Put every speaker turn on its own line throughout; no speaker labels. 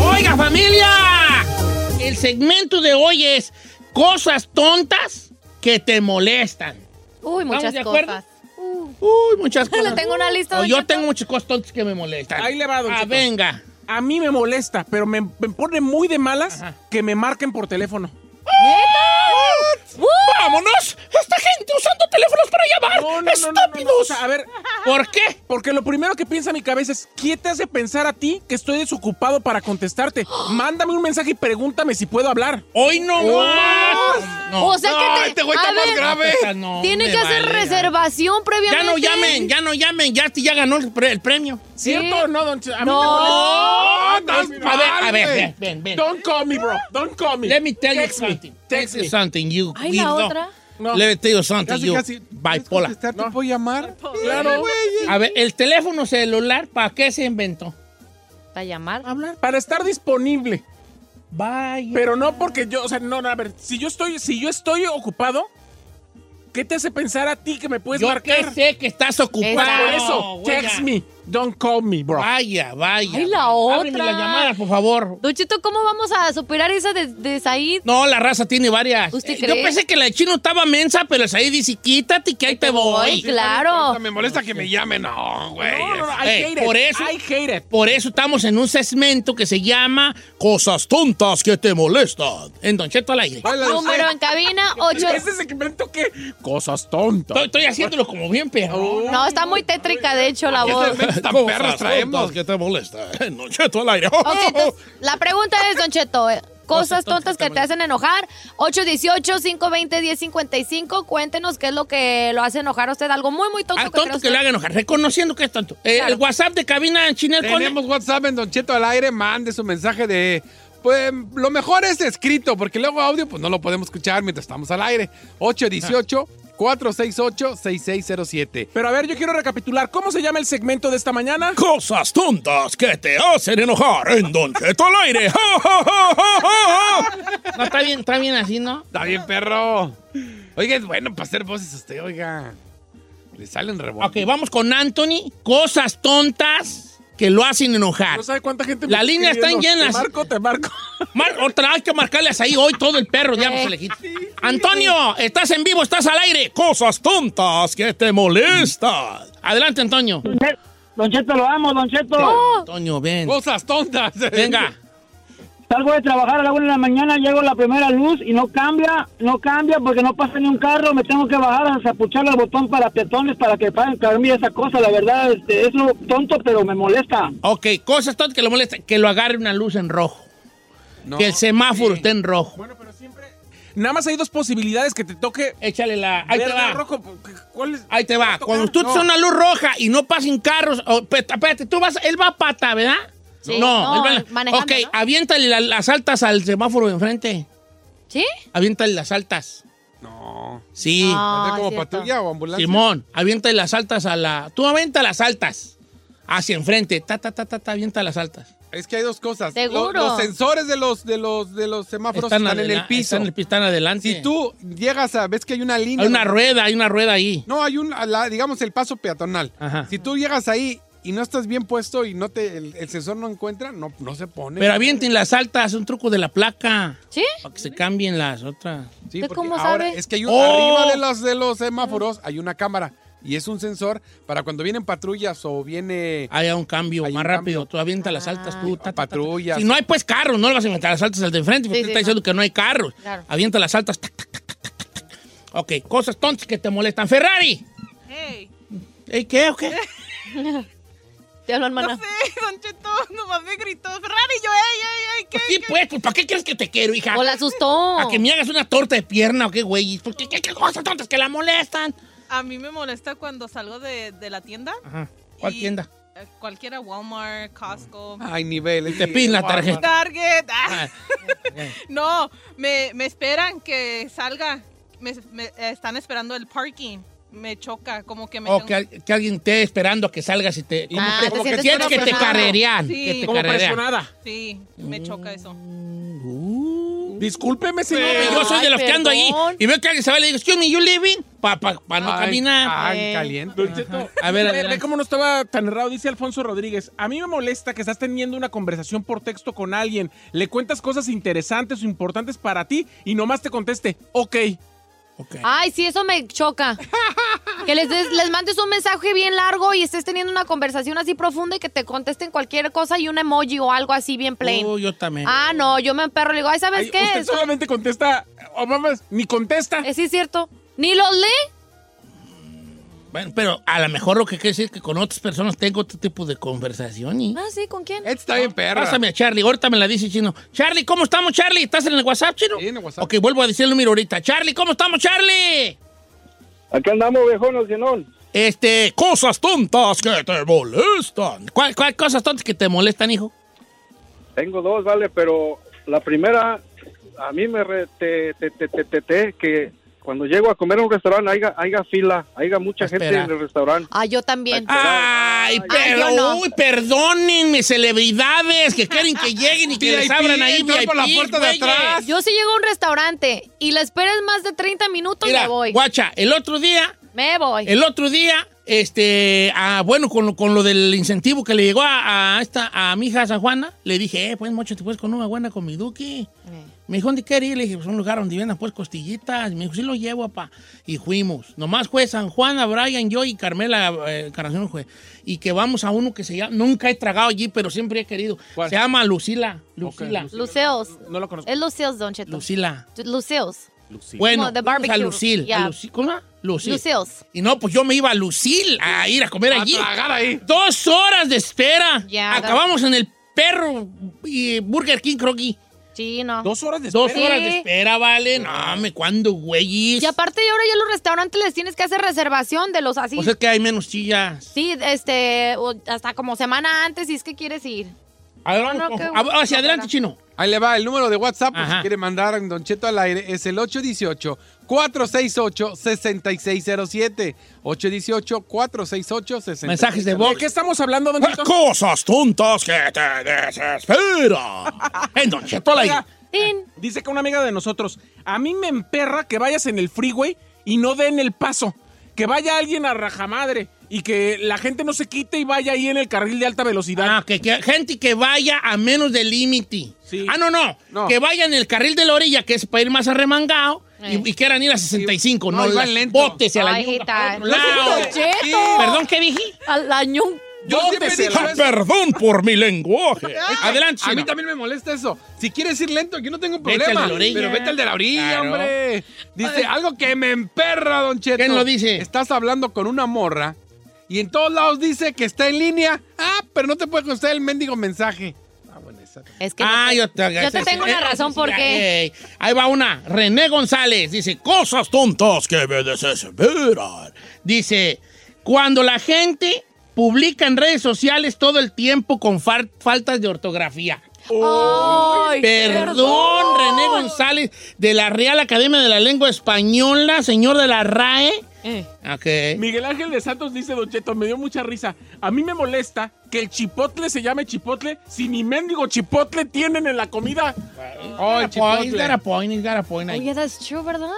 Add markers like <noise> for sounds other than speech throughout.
¡Oiga, familia! El segmento de hoy es cosas tontas que te molestan.
Uy,
¿Estamos
muchas
de acuerdo?
cosas.
Uy,
<laughs>
muchas cosas.
Le tengo una lista,
Oh,
don
yo
Cheto.
tengo muchas cosas tontas que me molestan.
Ahí le va, don
Ah,
Cheto.
venga.
A mí me molesta, pero me, me pone muy de malas
Ajá.
que me marquen por teléfono.
¡Vámonos! ¡Esta gente usando teléfonos para llamar! ¡Estúpidos!
O sea, a ver,
¿Por qué?
porque lo primero que piensa mi cabeza es, ¿qué te hace pensar a ti que estoy desocupado para contestarte? Mándame un mensaje y pregúntame si puedo hablar.
¡Hoy no
Oh.
más! No.
O sea que
No,
te-
este güey
a
está más
ver,
grave.
No,
Tiene
me
que hacer
vale.
reservación previamente.
Ya no llamen, ya no llamen, ya, ya ganó el, pre- el premio.
¿Cierto o no, don Ch- A mí me
No.
molesta.
A ver, a ver, ven, ven, ven.
¡Oh, Don't call me, bro. Don't call me.
Let me tell you
Text me.
something.
Text me.
something, you.
Ay,
you
la
know.
otra.
No.
Let me tell you something,
Casi,
you.
casi.
Bipolar.
¿Puedes contestar? ¿Te puedo llamar?
Claro.
A ver, el teléfono celular, ¿para qué se inventó?
Para llamar.
Para estar disponible.
Vaya.
Pero no porque yo, o sea, no, no, a ver, si yo estoy, si yo estoy ocupado, ¿qué te hace pensar a ti que me puedes
Yo
marcar?
que
Pues,
sé que estás ocupado.
Por
Exacto.
eso,
güey.
text me, don't call me, bro.
Vaya, vaya.
Ay, la
Ábreme
otra.
la llamada, por favor.
Don Cheto, ¿cómo vamos a superar esa de, de Said?
No, la raza tiene varias.
¿Usted
Eh, Yo
cree?
pensé que la de chino estaba mensa, pero el Said dice, quítate que ahí te voy.
Ay, claro.
Me molesta que me llamen. No, güey. este.
No, no, no, I
Ey,
hate it.
por eso-
I hate it.
Por eso estamos en un segmento que se llama Cosas tontas que te molestan. En Don Cheto al aire.
Baila,
Número en
<laughs>
cabina 8.
Este segmento que cosas tontas.
Estoy, estoy haciéndolo como bien perro.
No, está muy tétrica, de hecho, la voz.
Estas tan
<laughs> Cosas
perras traemos.
tontas que te molestan. En Don Cheto al aire.
Oh,
Oh,
Ok, entonces, la pregunta es, Don Cheto, eh, cosas tontas que te hacen enojar. 818-520-1055. Cuéntenos qué es lo que lo hace enojar a usted. Algo muy, muy tonto.
Al
que
Ah, tonto
crea
que le
usted.
haga enojar, reconociendo que es tonto. Eh,
Claro.
El WhatsApp de cabina en Chinel Conde.
Tenemos WhatsApp en Don Cheto al aire. Mande su mensaje de. Pues lo mejor es escrito, porque luego audio, pues no lo podemos escuchar mientras estamos al aire. 818-468-6607.
Pero a ver, yo quiero recapitular. ¿Cómo se llama el segmento de esta mañana?
Cosas tontas que te hacen enojar en Don Cheto al aire. <laughs> Oh, no, está bien, está bien así, ¿no?
Está bien, perro. Oiga, es bueno para hacer voces usted, oiga. Le salen rebotes.
Ok, vamos con Anthony. Cosas tontas que lo hacen enojar.
No sabe cuánta gente
La línea está
escribiendo.
llena.
Te marco, te marco.
Mar- otra hay que marcarles ahí hoy todo el perro, ya pues, se le quita. Antonio, estás en vivo, estás al aire. Cosas tontas que te molestan. Adelante, Antonio.
Don Cheto, lo amo, Don Cheto.
Oh.
Antonio, ven.
Cosas tontas. <laughs>
Venga.
Salgo de trabajar a la una de la mañana, llego a la primera luz y no cambia, no cambia porque no pasa ni un carro. Me tengo que bajar a zapucharle el botón para peatones para que paguen cambie esa cosa. La verdad, este, es lo tonto, pero me molesta.
Ok, cosas tontas que lo molestan. Que lo agarre una luz en rojo. que el semáforo esté en rojo.
Nada más hay dos posibilidades que te toque.
Échale la. Ahí te
verde,
va.
rojo.
pues,
¿Cuál es?
Ahí te va.
tocar?
Cuando tú
No.
te una luz roja y no pasen carros. o- pe- espérate, tú vas. Él va a pata, ¿verdad?
Sí.
No,
No,
él va en-
manejando,
Ok,
¿no?
aviéntale la- las altas al semáforo de enfrente.
¿Sí?
Aviéntale las altas.
No.
Sí.
Ah,
¿Andé como
cierto.
patrulla o ambulancia?
Simón, avienta las altas a la. Tú avienta las altas. Hacia enfrente. Ta, ta, ta, ta, ta, avienta las altas.
Es que hay dos cosas.
Seguro.
Lo- Los, sensores de los, de los, de los semáforos Ah, están, en
adela-
el piso.
Están, en el piso, están adelante.
Si tú llegas a... ¿Ves que hay una línea?
Hay una rueda, hay una rueda ahí.
No, hay un, a la- digamos, el paso peatonal.
Ajá.
Si tú llegas ahí y no estás bien puesto y no te, el, el sensor no encuentra, no, no se pone.
Pero avienten las altas, un truco de la placa.
¿Sí?
Para que se cambien las otras.
Sí,
¿Usted
porque
cómo
ahora
sabe?
Es que hay un-
¡Oh!
arriba de los, de los semáforos hay una cámara. y es un sensor para cuando vienen patrullas o viene...
Haya un cambio
Hay un
más rápido.
cambio.
Tú avienta
Ah.
las altas tú. ta, ta, ta, ta.
Patrullas.
Si no hay pues carros, no le vas a aventar las altas al de enfrente porque
Sí,
usted
sí,
está
no.
diciendo que no hay carros.
Claro.
Avienta las altas. tac, tac, tac, tac, tac, tac. Ok, cosas tontas que te molestan. Ferrari.
Hey,
¿Ey,
<laughs>
¿Qué o qué?
Te hablo, hermana.
no sé, Don Cheto, <laughs> nomás me gritó Ferrari, yo, ey, ey, ey, ¿qué?
Sí, pues, pues, ¿para qué crees que te quiero, hija?
O la asustó.
¿A que me hagas una torta de pierna o qué, güey? ¿Por qué, qué, qué cosas tontas que la molestan?
A mí me molesta cuando salgo de, de la tienda.
Ajá. ¿Cuál
y-
tienda?
eh, cualquiera, Walmart, Costco,
Hay niveles.
Te piden la
<laughs>
tarjeta.
<laughs> Target.
Ah,
<laughs>
ah. No, me, me esperan que salga. Me, me- eh, están esperando el parking. Me choca, como que me.
o
tengo-
que, al- que alguien esté esperando a que salgas y te... como
Ah, te
que- como que
sientes
sientes que te
presionado.
carrerían.
Sí.
Que te
Como
carrerían.
presionada.
Sí, me choca eso.
Mm.
Discúlpeme,
Pero
señor.
yo soy de los
Ay,
que ando ahí
perdón.
y veo que alguien se va y le digo, excuse me, you living? Para pa, pa no caminar. Eh.
Ay, caliente.
Don Cheto,
A ver,
ve-
adelante.
ve cómo no estaba tan errado, dice Alfonso Rodríguez. A mí me molesta que estás teniendo una conversación por texto con alguien, le cuentas cosas interesantes o importantes para ti y nomás te conteste, ok.
Ok.
Ay, sí, eso me choca. que les, des- les mandes un mensaje bien largo y estés teniendo una conversación así profunda y que te contesten cualquier cosa y un emoji o algo así bien plain.
Oh, yo también.
ah, no, yo me emperro y le digo, ay, ¿sabes
Ay,
qué?
usted
Eso-
solamente contesta, o mamás, ni contesta.
eh, sí, es cierto. ¿Ni los lee?
Bueno, pero a lo mejor lo que quiere decir es que con otras personas tengo otro tipo de conversación y...
Ah, sí, ¿con
Eh.
quién?
Este está bien perra.
Pásame a Charlie, ahorita me la dice Chino. Charlie, ¿cómo estamos, Charlie? ¿Estás en el WhatsApp, Chino?
Sí, en el WhatsApp.
Ok, vuelvo a decir el número ahorita. Charlie, ¿cómo estamos, Charlie?
Aquí andamos, viejones, llenón.
Este, cosas tontas que te molestan. ¿Cuál, cuál cosas tontas que te molestan, hijo?
Tengo dos, vale, pero la primera, a mí me re- te, te, te, te, te, te, que cuando llego a comer a un restaurante, haya, haya fila, haya mucha gente
Espera.
en el restaurante.
Ah, yo también.
Ay, pero,
yo no.
uy, perdónenme, celebridades que quieren que lleguen y que les
VIP,
abran ahí
entrar por la
VIPs,
puerta de
güeyes.
atrás.
Yo si llego a un restaurante y la esperas más de 30 minutos,
Mira,
me voy.
guacha, el otro día,
Me voy.
el otro día, este, ah, bueno, con, lo- con lo del incentivo que le llegó a, a esta, a mi hija San Juana, le dije, eh, pues, mocho, te puedes con una buena con mi duque.
Eh.
Me dijo, ¿dónde quiere ir? Le dije, pues un lugar donde vienen pues costillitas. Y me dijo, sí lo llevo, papá. Y fuimos. Nomás fue San Juana, Brian, yo y Carmela eh, Encarnación fue. Y que vamos a uno que se llama, nunca he tragado allí, pero siempre he querido.
¿Cuál?
Se llama Lucila. Lucila.
Luceos.
No lo conozco.
Es Luceos, Don Cheto.
Lucila.
Luceos.
Bueno,
Como de
fuimos a
barbecue,
Lucil.
ya.
A Lucil. ¿Cómo se llama? Lucil.
Luceos.
Y no, pues yo me iba a Lucil a ir a comer allí.
Tragar ahí.
Dos horas de espera.
Ya,
Acabamos en el perro y Burger King, creo que.
Sí, no.
Dos horas después.
Dos
Sí.
horas de espera, vale. No, me cuando, güey.
Y aparte ahora ya los restaurantes les tienes que hacer reservación de los así.
O sea Pues que hay menos sillas.
sí, este, o hasta como semana antes si es que quieres ir.
A ver, vamos
No, no,
con-
qué
a-
gusto,
hacia adelante,
para-
chino.
Ahí le va el número de WhatsApp por
Ajá.
si quiere mandar a Don Cheto al aire. Es el 818-468-6607. 818-468-6607.
Mensajes de
¿De
voz.
qué estamos hablando, Don Cheto?
Ah, Cosas tontas que te <laughs> desesperan. en Don Cheto al aire.
Oiga,
Tin.
Dice que una amiga de nosotros, a mí me emperra que vayas en el freeway y no den el paso. Que vaya alguien a rajamadre y que la gente no se quite y vaya ahí en el carril de alta velocidad.
Ah, que, que gente que vaya a menos del límite.
Sí.
Ah, no, no,
No.
Que vaya en el carril de la orilla, que es para ir más arremangado,
Eh.
y, y quieran ir a 65.
Sí.
No,
No, y
la-
van lento.
bótese a la
Ay,
yuca,
hijita.
pa' otro lado.
Don Cheto.
Perdón, ¿qué dije?
Al año.
Yo siempre he dicho eso.
Ah, perdón por mi lenguaje. Adelante,
A mí
chino.
también me molesta eso. Si quieres ir lento, yo no tengo
Vete al
problema.
de la orilla.
Pero vete al de la orilla,
Claro.
hombre. Dice algo que me emperra, Don Cheto.
¿Quién lo dice?
Estás hablando con una morra y en todos lados dice que está en línea. Ah, pero no te puede contestar el mendigo mensaje. Ah, bueno, esa.
Es que
ah,
no-
yo te,
yo te
sí,
tengo
sí.
una
Eh,
razón
sí,
por
ya,
qué.
ey. Ahí va una. René González dice, cosas tontas que me desesperan. Dice, cuando la gente publica en redes sociales todo el tiempo con far- faltas de ortografía.
Ay,
Perdón, René González, de la Real Academia de la Lengua Española, señor de la RAE.
Eh.
Ok.
Miguel Ángel de Santos dice, Don Cheto, me dio mucha risa. A mí me molesta que el chipotle se llame chipotle si ni mendigo chipotle tienen en la comida.
Oh,
Ay,
he's got a
chipotle.
point, he's got a point ahí.
Oye, that's true, ¿verdad?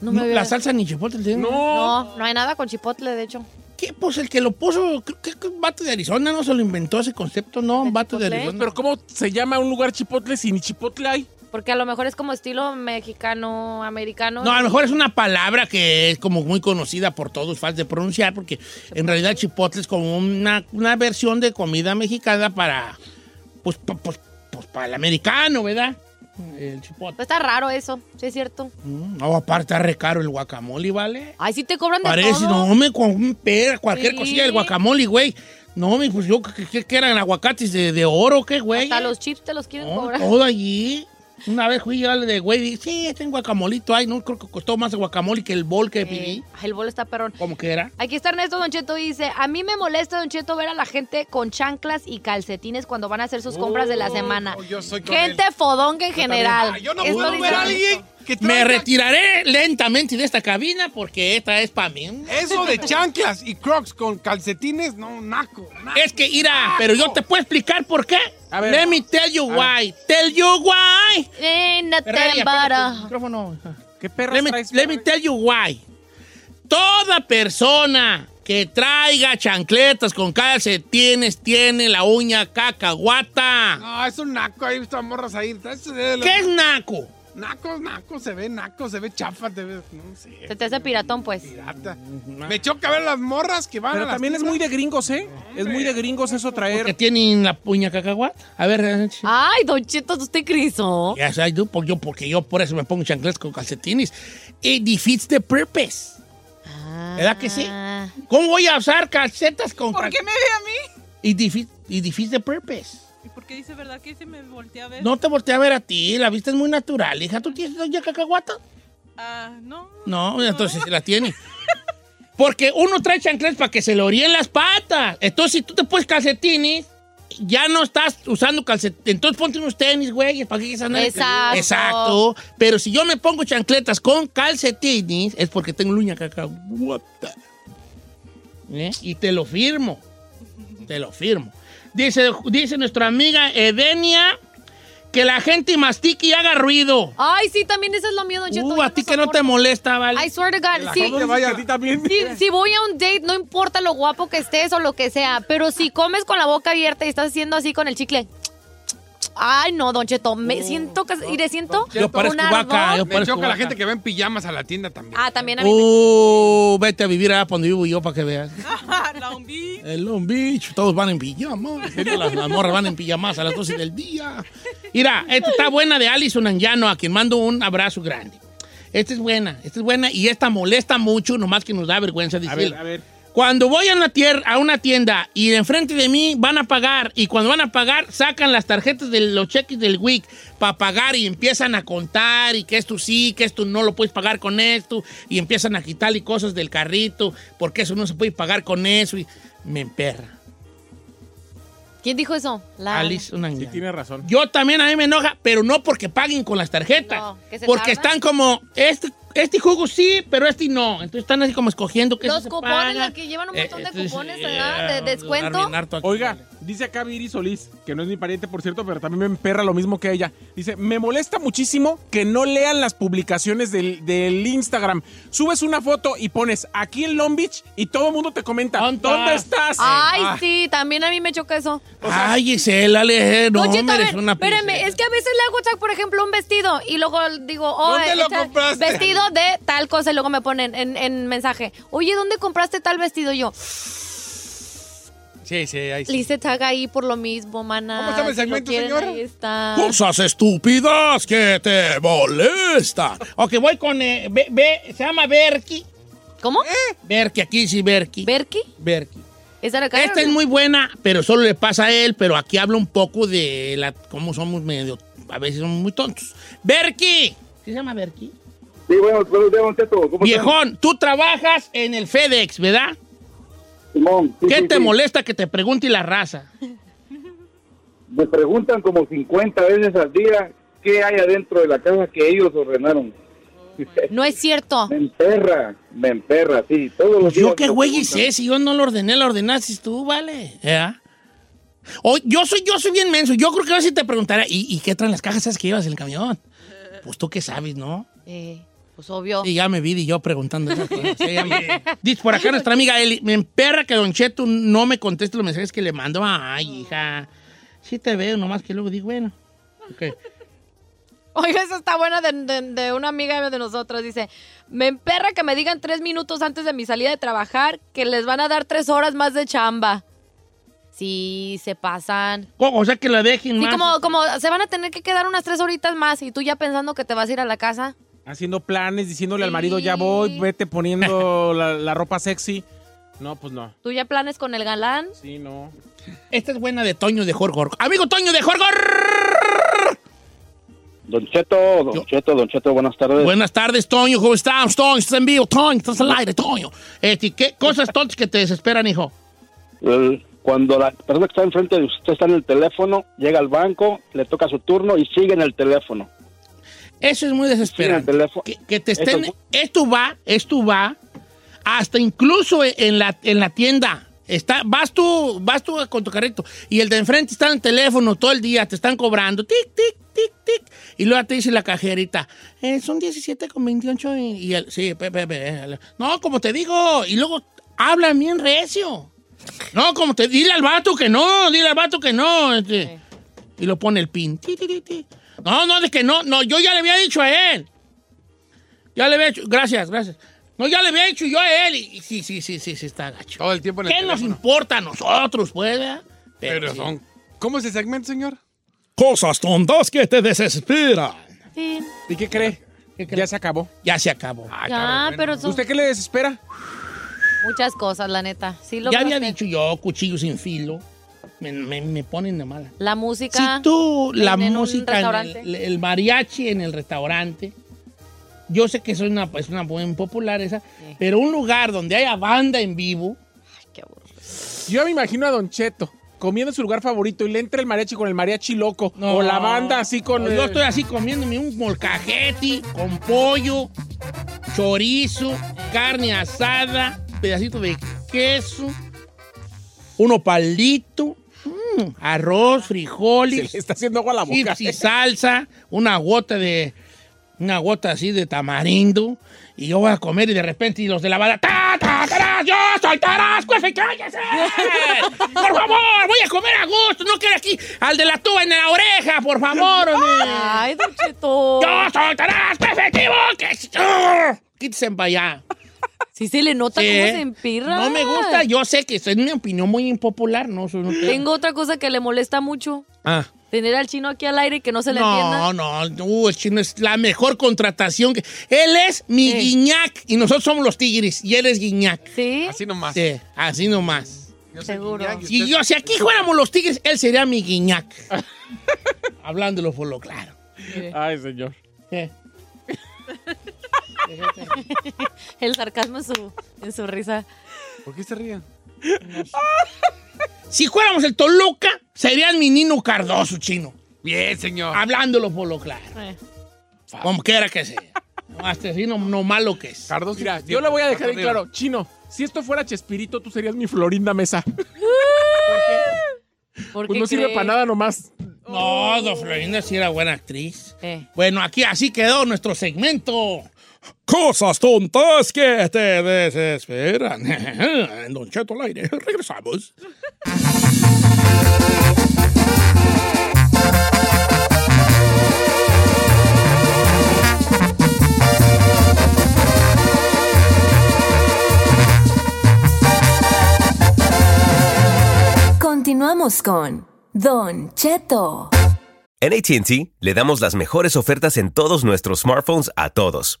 No me
No,
había-
la salsa ni chipotle tiene.
No, no hay nada con chipotle, de hecho.
¿Qué? Pues el que lo puso, creo que es un vato de Arizona, no se lo inventó ese concepto, no, un vato de
Chipotle?
Arizona.
Pero ¿cómo se llama un lugar chipotle si ni chipotle hay?
Porque a lo mejor es como estilo mexicano, americano.
No, a lo mejor es una palabra que es como muy conocida por todos, fácil de pronunciar, porque en realidad chipotle es como una, una versión de comida mexicana para, pues, pa- pues, pues, para el americano, ¿verdad? El chipotle.
Pues está raro eso, sí es cierto.
Mm, No, aparte está re caro el guacamole, ¿vale?
Ay, sí te cobran de
Parece,
todo.
no, me con un pera, cualquier
Sí.
cosilla del guacamole, güey. No, me, pues yo, ¿qué, qué- qué eran aguacates de, de oro, qué, güey?
Hasta los chips te los quieren
No,
cobrar.
Oh,
Eh,
todo allí. Una vez fui yo al de güey, dije, sí, tengo guacamolito. Ay, no, creo que costó más el guacamole que el bol que
Eh,
pedí.
ay, el bolo está perrón.
Como que era.
Aquí está Ernesto Don Cheto dice, a mí me molesta Don Cheto ver a la gente con chanclas y calcetines cuando van a hacer sus compras de la semana.
Oh, yo soy con
gente fodonga en general.
Ah, yo no
Es
puedo
lo
ver
dice
a
Ernesto.
alguien que
Me
traiga
retiraré lentamente de esta cabina porque esta es para mí.
Eso de chanclas y crocs con calcetines, no, naco. naco.
Es que irá, pero yo te puedo explicar por qué.
A ver.
Let me tell you why. Tell you why.
Eh, no te
Ferrari, apágate
embara.
el micrófono.
¿Qué perras
Let me,
traes?
let me tell you why. Toda persona que traiga chancletas con calcetines tiene la uña cacahuata.
No, es un naco, ahí están morras ahí. eh, Eso de los-
¿Qué es naco?
Naco, naco, se ve naco, se ve chafa, te ve, no sé,
Se te hace piratón, pues.
pirata. Me choca ver las morras que van a
Pero
las
también es muy de gringos, ¿eh? Es muy de gringos eso
Que
traer.
tienen la puña cacahuata. A ver, eh,
Ay, Don Cheto, ¿usted cree eso?
yes, I do, porque yo, porque yo por eso me pongo chancletas con calcetines. It defeats the purpose. ¿Verdad que sí?
Ah.
¿Cómo voy a usar calcetas con
¿Por qué
calcetines?
me ve a mí?
It defeats, it defeats the purpose.
¿Y por qué dice verdad que se me voltea a ver?
No te volteé a ver a ti, la vista es muy natural, hija. ¿Tú tienes uña cacahuata?
Ah, <laughs> no.
No, entonces se la tiene. Porque uno trae chancletas para que se le oríen las patas. Entonces, si tú te pones calcetines, ya no estás usando calcetines. Entonces ponte unos tenis, güey, para que andar.
Exacto.
Exacto. Pero si yo me pongo chancletas con calcetines, es porque tengo luña cacahuata. ¿Eh? Y te lo firmo. Te lo firmo. Dice, dice nuestra amiga Edenia que la gente mastique y haga ruido.
Ay, sí, también eso es lo mío, Don Cheto.
Uh,
yo
a ti que no
soporto.
te molesta, ¿vale?
I swear to God, sí.
gente vaya-
a ti también.
Si, si voy a un date, no importa lo guapo que estés o lo que sea, pero si comes con la boca abierta y estás haciendo así con el chicle. Ay, no, Don Cheto, me siento que y le siento
Yo parezco
un ardor.
vaca, yo
Me
parezco
choca la
vaca.
gente que va en pijamas a la tienda también.
Ah, también a mí.
Uh, vete a vivir allá donde vivo yo para que veas.
Ah. Long Beach.
El Long Beach, todos van en pijama. Las, las morras van en pijamas a las 12 del día. Mira, esta está buena de Alison Anjano, a quien mando un abrazo grande. Esta es buena, esta es buena y esta molesta mucho, nomás que nos da vergüenza
A
decirlo.
ver, a ver.
Cuando voy a una, tier- a una tienda y de enfrente de mí van a pagar y cuando van a pagar sacan las tarjetas de los cheques del WIC para pagar y empiezan a contar y que esto sí, que esto no lo puedes pagar con esto y empiezan a quitarle cosas del carrito porque eso no se puede pagar con eso y me emperra.
¿Quién dijo eso? La
Alice, una
Sí,
ñaña.
tiene razón.
Yo también a mí me enoja, pero no porque paguen con las tarjetas.
No, que se
porque
tardan.
están como, este, este jugo sí, pero este no. Entonces están así como escogiendo que
Los cupones, la que llevan un
Eh,
montón de cupones, ¿verdad? De descuento.
Oiga, dice acá Viri Solís, que no es mi pariente, por cierto, pero también me emperra lo mismo que ella. Dice, me molesta muchísimo que no lean las publicaciones del, del Instagram. Subes una foto y pones aquí en Long Beach y todo el mundo te comenta,
¿Dónde
¿dónde
estás?
estás?
Ay,
Ah,
sí, también a mí me choca eso.
Ay, Gisela, le no,
Don Cheto, a
hombre,
ver,
es una
espérame,
princesa.
es que a veces le hago, tag, por ejemplo, un vestido y luego digo, oh,
¿Dónde lo
esta-
compraste?
vestido de tal cosa y luego me ponen en, en mensaje, oye, ¿dónde compraste tal vestido? Y yo,
Sí, sí, ahí
le hice tag ahí por lo mismo, mana.
¿Cómo estaba el
si lo
segmento,
quieren,
señora?
Ahí está.
Cosas estúpidas que te molestan. Ok, voy con. eh, Be- Be- se llama Berky.
¿Cómo?
Eh. Berky, aquí sí, Berky.
¿Berky?
Berky.
¿Esa la cara?
Esta Este es muy buena, pero solo le pasa a él. Pero aquí habla un poco de la, cómo somos medio. A veces somos muy tontos. Berky. ¿Qué se llama Berky?
Sí, bueno, buenos días, Don Cheto. ¿Cómo
Viejón, tú trabajas en el FedEx, ¿verdad?
estás, Simón? Sí,
¿Qué
sí,
te
sí.
molesta que te pregunte la raza?
Me preguntan como 50 veces al día qué hay adentro de la casa que ellos ordenaron.
No es cierto.
me emperra, me emperra, sí. Todos los días
Yo qué
me
güey
preguntan.
hice, si yo no lo ordené, la ordenaste tú, vale. ¿Ya? O- yo soy, yo soy bien menso. Yo creo que ahora sí te preguntará, ¿y, y qué traen las cajas esas que llevas en el camión? Pues tú qué sabes, ¿no?
Eh, pues obvio.
Y ya me vi y yo preguntando esas cosas. Sí, ya me- Dice por acá nuestra amiga Eli, me emperra que Don Cheto no me conteste los mensajes que le mando. Ay, hija. Sí te veo, nomás que luego digo, bueno. Ok.
Oiga, esa está buena de, de- de una amiga de nosotros. Dice, me emperra que me digan tres minutos antes de mi salida de trabajar que les van a dar tres horas más de chamba. Sí, se pasan.
O o sea, que la dejen
Sí,
más.
como, como se van a tener que quedar unas tres horitas más y tú ya pensando que te vas a ir a la casa.
Haciendo planes, diciéndole al marido, ya
Sí.
voy, vete poniendo la, la ropa sexy. No, pues no.
Tú ya planes con el galán.
Sí, no.
Esta es buena de Toño de Jorgor. Amigo Toño de Jorgor.
Don Cheto, Don
Yo-
Cheto, Don Cheto, buenas tardes.
Buenas tardes, Toño. ¿Cómo estás, Toño? ¿Estás en vivo, Toño? ¿Estás al aire, Toño? Este, ¿Qué cosas tontas que te desesperan, hijo?
El- cuando la persona que está enfrente de usted está en el teléfono, llega al banco, le toca su turno y sigue en el teléfono.
Eso es muy desesperante.
Sí, el teléfono.
que, que te estén.
Eso
Esto va, esto va. Hasta incluso e, en la, en la tienda. Está, vas tú, vas tú con tu carrito. Y el de enfrente está en el teléfono todo el día, te están cobrando. Tic, tic, tic, tic. Y luego te dice la cajerita. eh, son 17 con 28 y, y el- sí, pe- pe- pe- No, como te digo. Y luego hablan bien recio. No, como te dile al vato que no, dile al vato que no. este. Y lo pone el pin. Ti, ti, ti, ti. No, no, de que no, no, yo ya le había dicho a él. Ya le había dicho, gracias, gracias. No, ya le había dicho yo a él. Y, y sí, sí, sí, sí, sí, está gacho.
Todo el tiempo en el
¿Qué nos
teléfono.
importa a nosotros, pues? verdad?
Pero
sí.
son- ¿Cómo es el segmento, señor?
cosas tontas que te desesperan.
Sí.
¿Y qué cree?
cree?
Ya se acabó.
Ya se acabó.
Ya, pero son
¿Usted qué le desespera?
muchas cosas, la neta. Sí, lo
ya
que
había
usted-
dicho yo, cuchillo sin filo. Me, me- me ponen de mala.
La
Si
música.
tú, la
en un
música, en el,
restaurante.
el mariachi en el restaurante, yo sé que es una, es una muy popular esa, pero un lugar donde haya banda en vivo,
Qué aburrido.
Yo me imagino a Don Cheto comiendo en su lugar favorito y le entra el mariachi con el mariachi loco.
No.
o la banda así con.
yo
<laughs>
estoy así comiéndome un molcajete con pollo, chorizo, carne asada, pedacito de queso, uno palito, mm, arroz,
Se
frijoles,
le está haciendo agua a la boca.
<laughs> chips y salsa, una gota de una gota así de tamarindo y yo voy a comer y de repente y los de la bala ¡Ta, ta, taras! yo soy Tarasco
<laughs>
ese cállese por favor voy a comer a gusto no quiero aquí al de la tuba en la oreja por
<laughs>
favor hombre.
Ay, Don Cheto.
yo soy Tarasco efectivo que ¡Ur! quítese para allá
Sí se le nota
Sí,
cómo
¿eh?
se empirra.
no me gusta yo sé que eso es mi opinión muy impopular no Eso no te-
Tengo otra cosa que le molesta mucho.
Ah.
Tener al chino aquí al aire y que no se le entienda.
No, no, uh, el chino es la mejor contratación. que- Él es mi Guiñac y nosotros somos los Tigres y él es Guiñac.
Sí,
Así nomás.
Sí, así nomás.
Yo soy
seguro.
Guiñac Ah, y usted-
Si, yo, si aquí fuéramos los Tigres, él sería mi
<laughs>
Guiñac. Hablándolo por lo claro.
Ay, señor.
Eh,
El sarcasmo en su, en su risa.
¿Por qué se ríen?
Si fuéramos el Toluca, sería mi Nino Cardoso chino.
Bien, señor.
Ah,
Hablándolo por lo claro.
Eh.
Como quiera que sea. Hasta así no, no malo que es.
Cardoso,
Mira,
sí,
yo le voy a dejar en
Cardoso.
claro. Chino, si esto fuera Chespirito, tú serías mi Florinda Mesa.
¿Por
Pues
qué
no sirve
cree?
para nada nomás.
No, Don Florinda sí era buena actriz.
Eh.
Bueno, aquí así quedó nuestro segmento. Cosas tontas que te desesperan. <laughs> En Don Cheto al aire. Regresamos.
Continuamos con Don Cheto.
En ATT le damos las mejores ofertas en todos nuestros smartphones a todos.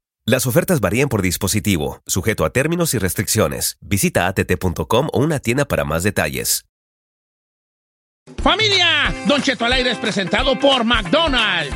Las ofertas varían por dispositivo, sujeto a términos y restricciones. Visita att.com o una tienda para más detalles.
Familia, Don Cheto al aire es presentado por McDonald's.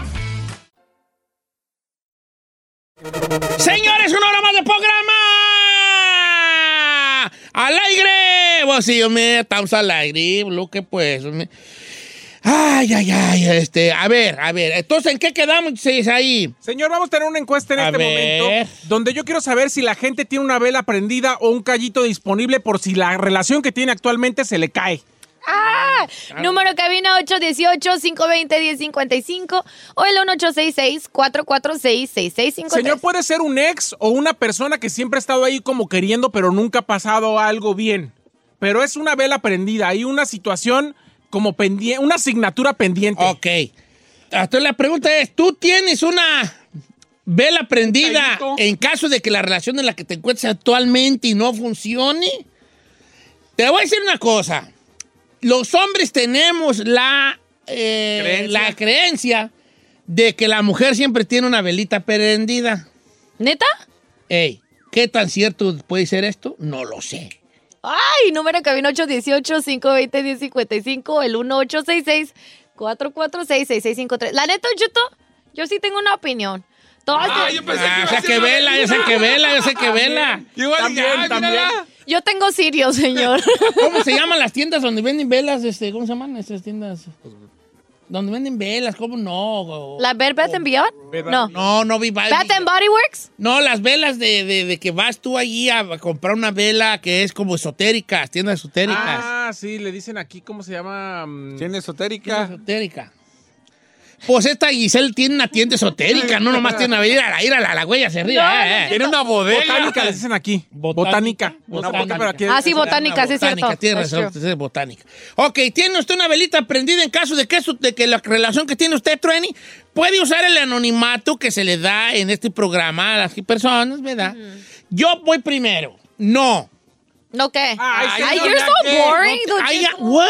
Señores, una hora más de programa. Al aire. Pues sí, me estamos al aire, lo que pues. me- Ay, ay, ay, este, a ver, a ver, entonces, ¿en qué quedamos, Cis, ahí?
Señor, vamos a tener una encuesta en
A
este
ver.
momento donde yo quiero saber si la gente tiene una vela prendida o un callito disponible por si la relación que tiene actualmente se le cae.
¡Ah! Número cabina 818-520-1055 o el 1866-446-6653.
Señor, puede ser un ex o una persona que siempre ha estado ahí como queriendo, pero nunca ha pasado algo bien. Pero es una vela prendida, hay una situación como pendiente, una asignatura pendiente.
Ok. Entonces la pregunta es, ¿tú tienes una vela prendida en caso de que la relación en la que te encuentres actualmente y no funcione? Te voy a decir una cosa. Los hombres tenemos la, eh,
Creencia.
la creencia de que la mujer siempre tiene una velita prendida.
¿Neta?
Ey, ¿qué tan cierto puede ser esto? No lo sé.
¡Ay! Número cabina 818-520-1055 o el 1866-446-6653. La neta, Chuto, yo sí tengo una opinión. Todas
Ah, o sea que vela, yo sé que vela, yo sé que vela.
También, ay, también. mírala.
Yo tengo sirio, <laughs>
<laughs>
señor.
¿Cómo se llaman las tiendas donde venden velas? Este, ¿Cómo se llaman esas tiendas? Donde venden velas, ¿cómo no?
¿La Bed Bath and
Oh,
Beyond? No.
No, no vi
¿Bath and Body Works?
No, las velas de, de- de que vas tú allí a comprar una vela que es como esotérica, tiendas esotéricas.
Ah, sí, le dicen aquí cómo se llama. Mm.
Tiene esotérica.
Esotérica. Pues esta Giselle tiene una tienda esotérica, no nomás tiene una vela, ir a eh, la, la huella se ríe.
No, no, no,
Tiene una bodega.
Botánica, le dicen aquí. Botánica. Una botánica, pero aquí-
Ah, sí, botánica, sí, es
botánica,
cierto.
tiene
That's
razón,
true.
usted es botánica. Ok, ¿tiene usted una velita prendida en caso de que, su- de que la relación que tiene usted, Trueni, puede usar el anonimato que se le da en este programa a las personas, ¿verdad? Yo voy primero. No.
¿No qué?
Ay,
Ay,
señor,
you're
ya
so
qué.
boring, don
I,
Cheto.
what?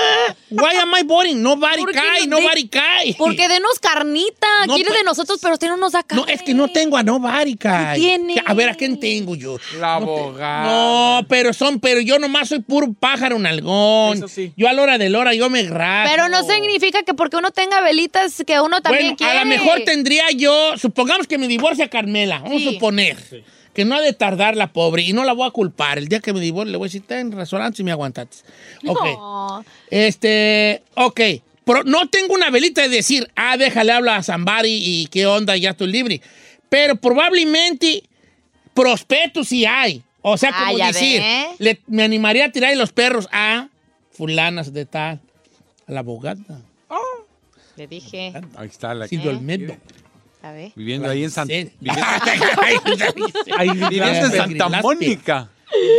Why am I boring? Nobody
¿Por qué
cae,
no-
nobody
de-
cae.
Porque denos carnita.
No,
Quiere de
pues-
nosotros, pero usted no nos da
No,
carne.
es que no tengo a nobody, cae.
¿Qué tiene?
A ver, ¿a quién tengo yo?
La abogada.
No, pero son, pero yo nomás soy puro pájaro nalgón.
Eso sí.
Yo a la hora de la hora yo me rajo.
Pero no significa que porque uno tenga velitas que uno también
Bueno,
quiere.
a lo mejor tendría yo, supongamos que me divorcia Carmela, vamos a
Sí.
suponer. Que no ha de tardar la pobre y no la voy a culpar. El día que me divorcie le voy a decir, ten razón antes y me aguantaste. Ok.
No.
Este, ok. Pero no tengo una velita de decir, ah, déjale hablar a Zambari y qué onda, ya estoy libre. Pero probablemente prospectos sí hay. O sea,
Ah,
como
ya
decir,
ve.
le- me animaría a tirar los perros a fulanas de tal, a la abogada,
Le dije.
Ahí está la
Silvio Olmedo.
A ver.
Viviendo ahí en
<laughs>
San...
Sí.
Viviendo,
<laughs>
Ay,
viviendo en
Las
Santa
Pergrilaspe.
Mónica.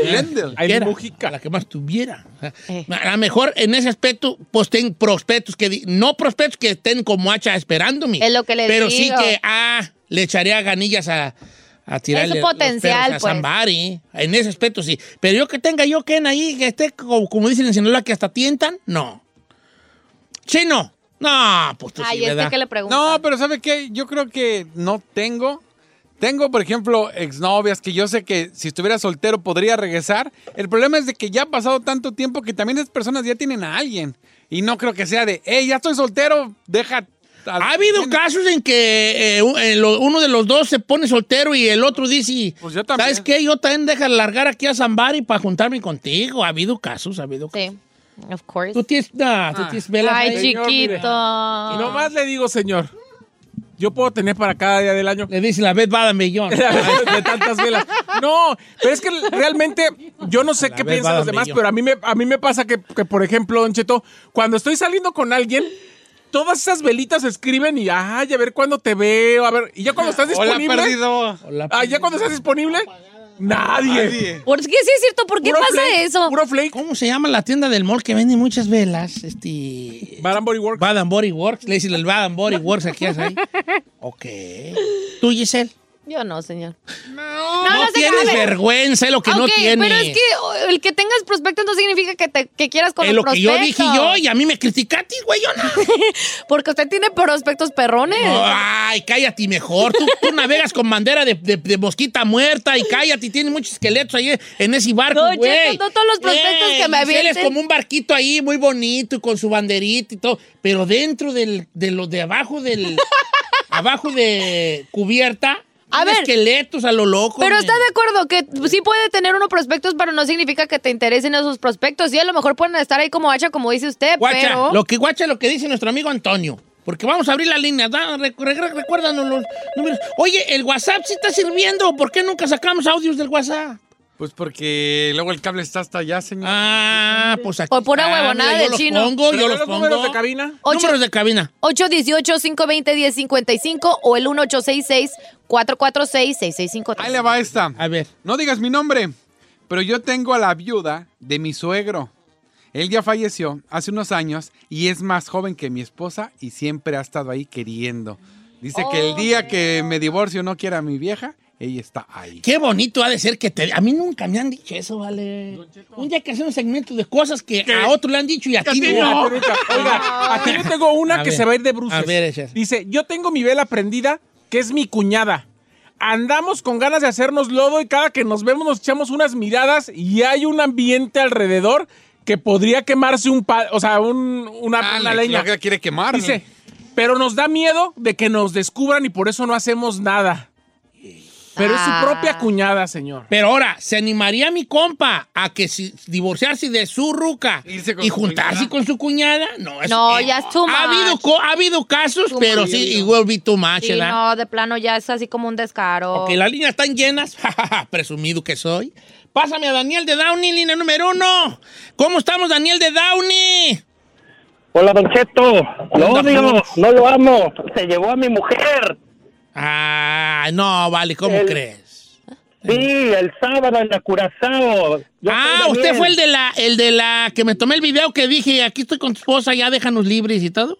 Glendale.
Ay,
Quiera,
Mujica.
La que más tuviera. O sea,
Eh.
A lo mejor en ese aspecto, pues ten prospectos que. di- No prospectos que estén como hacha esperándome.
Es lo que le
Pero sí
digo.
que, ah, le echaría ganillas a, a tirarle.
Es potencial,
los perros
pues.
A somebody. En ese aspecto sí. Pero yo que tenga yo Ken ahí, que esté como, como dicen en Sinaloa, que hasta tientan, no. Chino. No, pues tú
Ay,
sí,
este
¿verdad?
que le preguntan.
No, pero ¿sabe qué? Yo creo que no tengo. Tengo, por ejemplo, exnovias que yo sé que si estuviera soltero podría regresar. El problema es de que ya ha pasado tanto tiempo que también esas personas ya tienen a alguien. Y no creo que sea de, hey, ya estoy soltero, deja... a-
Ha habido casos en que eh, u- eh, lo- uno de los dos se pone soltero y el otro dice,
Pues yo también.
¿sabes qué? Yo también deja largar aquí a Zambari para juntarme contigo. Ha habido casos, ha habido casos.
Sí, of course.
Tú tienes, nah,
Ah.
tú tienes velas
Ay,
ahí?
señor, mire.
chiquito.
Y nomás le digo, señor, yo puedo tener para cada día del año
Le dice la vez va a millón.
<laughs>
<laughs>
de tantas velas. No, pero es que realmente yo no sé
La
qué
vez
piensan
va
los
donde
demás,
yo.
pero a mí me, a mí me pasa que, que, por ejemplo, Don Cheto, cuando estoy saliendo con alguien, todas esas velitas escriben y, ay, a ver cuándo te veo, a ver. Y ya cuando estás
Hola,
disponible.
perdido.
Hola,
Ah, ya cuando estás disponible, nadie.
¿Por qué sí es cierto? ¿Por qué
Puro
pasa
flake,
eso?
Puro flake.
¿Cómo se llama la tienda del mall que vende muchas velas? Este...
Bad and Body Works.
<laughs>
Bad and Body Works. Le dice el Bad and Body Works aquí. es ahí. ok. ¿Tú, Giselle?
Yo no, señor.
No,
no se
tienes
cabe.
vergüenza, es lo que no
Ok,
tiene.
Pero es que o, el que tengas prospectos no significa que, te- que quieras con
Es
los
lo que yo dije
prospectos.
yo y a mí me criticaste, güey, yo no.
Porque usted tiene prospectos perrones. <laughs>
No, ay, cállate mejor. Tú, tú navegas con bandera de, de- de mosquita muerta y cállate. y Tienes muchos esqueletos ahí en ese barco,
No,
güey.
Cheto, no todos los prospectos que me
Giselle es
avienten.
como un barquito ahí muy bonito y con su banderita y todo. Pero dentro del, de lo de
<laughs>
abajo del... abajo de cubierta...
A
tiene
ver.
Esqueletos a lo loco.
Pero
men.
está de acuerdo que sí puede tener uno prospectos, pero no significa que te interesen esos prospectos. Y a lo mejor pueden estar ahí como hacha, como dice usted,
Guacha,
pero...
lo que guacha lo que dice nuestro amigo Antonio. Porque vamos a abrir la línea. da, re- re- re- recuérdanos los números. Oye, el WhatsApp sí está sirviendo. ¿Por qué nunca sacamos audios del WhatsApp?
Pues porque luego el cable está hasta allá, señor.
Ah, pues aquí.
Por pura
están,
huevonada
güey,
del chino.
Yo los pongo, yo
Pero
los
los
pongo.
números de cabina.
Ocho.
Números de cabina.
818-520-1055 o el 1866-446-6653.
Ahí le va esta.
A ver.
No digas mi nombre, pero yo tengo a la viuda de mi suegro. Él ya falleció hace unos años y es más joven que mi esposa y siempre ha estado ahí queriendo. Dice que el día que me divorcio no quiera a mi vieja, ella está ahí.
Qué bonito ha de ser que te. A mí nunca me han dicho eso, vale. Un día que hacer un segmento de cosas que a otro le han dicho y a ti no.
Oiga, oiga, aquí yo tengo una
A
que
ver,
se va a ir de bruces.
a ver, échale.
Dice, yo tengo mi vela prendida, que es mi cuñada. Andamos con ganas de hacernos lodo y cada que nos vemos nos echamos unas miradas y hay un ambiente alrededor que podría quemarse un pa- o sea, un- una,
Ah,
una
la-
leña.
la que quiere quemar.
Dice, pero nos da miedo de que nos descubran y por eso no hacemos nada. Pero es
Ah.
su propia cuñada, señor.
Pero ahora, ¿se animaría mi compa a que si, divorciarse de su ruca
Irse con
y
su
juntarse
cuñada?
con su cuñada? No, eso-
No, ya es too
Ha
much.
habido, co- ha habido casos,
Too
pero
much.
sí, igual vi tu much,
Sí,
¿verdad?
no, de plano ya es así como un descaro.
Ok,
<laughs>
las líneas están llenas. <laughs> Presumido que soy. Pásame a Daniel de Downey, línea número uno. ¿Cómo estamos, Daniel de Downey?
Hola, Don Cheto. Lo
onda,
odio,
Fox?
no lo amo. Se llevó a mi mujer.
Ah, no, vale, ¿cómo
El-
crees?
Sí, el sábado en la Curazao. Yo
ah,
estoy
usted
bien.
fue el de la, el de la que me tomé el video que dije, aquí estoy con tu esposa, ya déjanos libres y todo.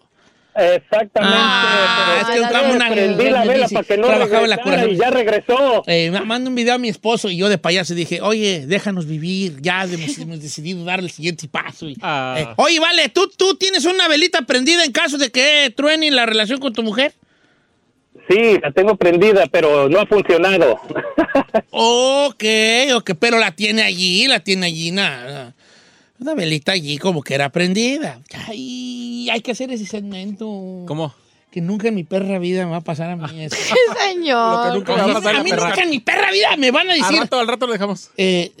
Exactamente.
Ah,
pero-
es que
la
compramos
de-
una-
Prendí la vela para que no
Trabajaba en la
regresara
Curazao.
y ya regresó.
Eh, me manda un video a mi esposo y yo de payaso dije, oye, déjanos vivir, ya
<laughs>
hemos, hemos decidido dar el siguiente paso. y-
Ah.
Eh, oye, vale, ¿tú, ¿tú tienes una velita prendida en caso de que eh, truene la relación con tu mujer?
Sí, la tengo prendida, pero no ha funcionado. <laughs>
Ok, ok, pero la tiene allí, la tiene allí, nada. Una velita allí como que era prendida. Ay, hay que hacer ese segmento.
¿Cómo?
Que nunca en mi perra vida me va a pasar a
<laughs>
mí eso.
señor.
Lo que nunca me va a pasar
a
la
mí
perra.
nunca en mi perra vida me van a
Al
decir.
rato, al rato lo dejamos.
eh,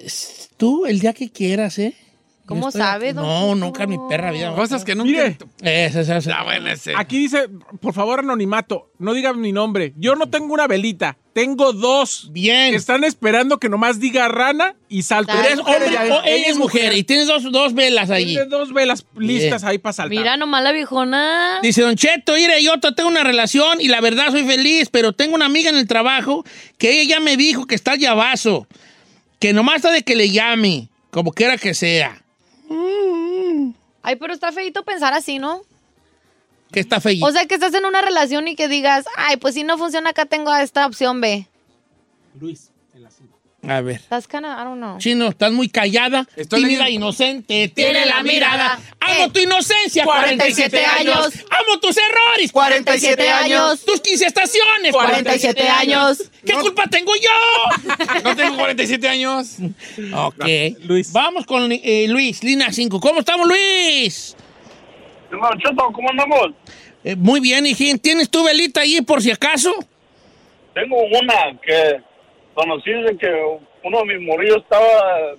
tú, el día que quieras, ¿eh? Yo
¿Cómo
estoy
sabe,
aquí.
don
No,
Cheto?
nunca en mi perra vida. me
Pues,
va a
Cosas que nunca...
Mire.
Eso, eso, eso.
Este,
Aquí dice, por favor, anonimato, no digan mi nombre. Yo no tengo una velita, tengo dos.
Bien.
Que están esperando que nomás diga rana y salto.
Pero
Eres hombre o ella es mujer y tienes dos, dos velas allí.
Tiene dos velas listas
Bien.
ahí para saltar.
Mira nomás la viejona.
Dice Don Cheto, mire, yo to- tengo una relación y la verdad soy feliz, pero tengo una amiga en el trabajo que ella ya me dijo que está llavazo, que nomás está de que le llame, como quiera que sea,
Ay, pero está feito pensar así, ¿no?
que está feliz.
O sea, que estás en una relación y que digas, ay, pues si no funciona acá tengo a esta opción B.
Luis, en la cinco.
A ver.
Estás cana, I don't know.
Chino, estás muy callada,
Estoy
tímida,
leyendo.
inocente, tiene la mirada. Amo
Eh.
tu inocencia,
47 años.
Amo tus errores,
47 años.
Tus 15 estaciones,
47 años.
¿Qué culpa tengo yo?
<laughs> No tengo 47 años.
ok.
Luis.
Vamos con eh, Luis, Lina 5. ¿Cómo estamos, Luis?
Don Cheto, ¿cómo andamos?
Eh, muy bien, hijín. ¿Tienes tu velita ahí por si acaso?
Tengo una que conocí desde que uno de mis morrillos estaba,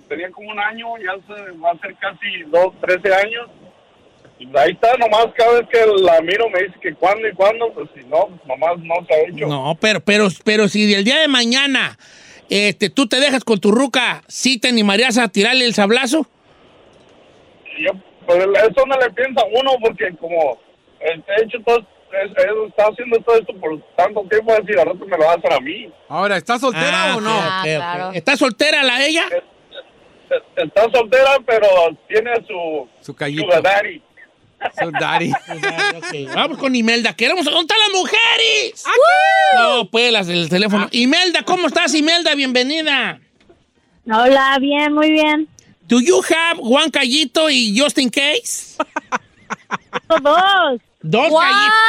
tenía como un año, ya se va a hacer casi dos, trece años. Y ahí está, nomás cada vez que la miro me dice que cuándo y cuándo, pues si no, nomás no se ha hecho.
No, pero, pero, pero si el día de mañana este, tú te dejas con tu ruca, ¿sí te animarías a tirarle el sablazo?
Y yo, pues eso no le piensa uno porque como eh, he hecho todo, es- es- está haciendo todo esto por tanto tiempo, así de rato me lo va a hacer a mí.
Ahora, ¿estás soltera
Ah,
o no?
ok,
Ah,
ok, ok.
claro.
¿Está soltera la ella?
Eh, Está soltera, pero tiene a su,
Su callito.
sugar daddy.
Su daddy.
Vamos con Imelda. Queremos. ¿Dónde están las mujeres?
Ah,
No, pues las del teléfono. Imelda, ¿cómo estás, Imelda? Bienvenida.
Hola, bien, muy bien.
¿Do you have one callito y just in case?
dos.
Dos
What?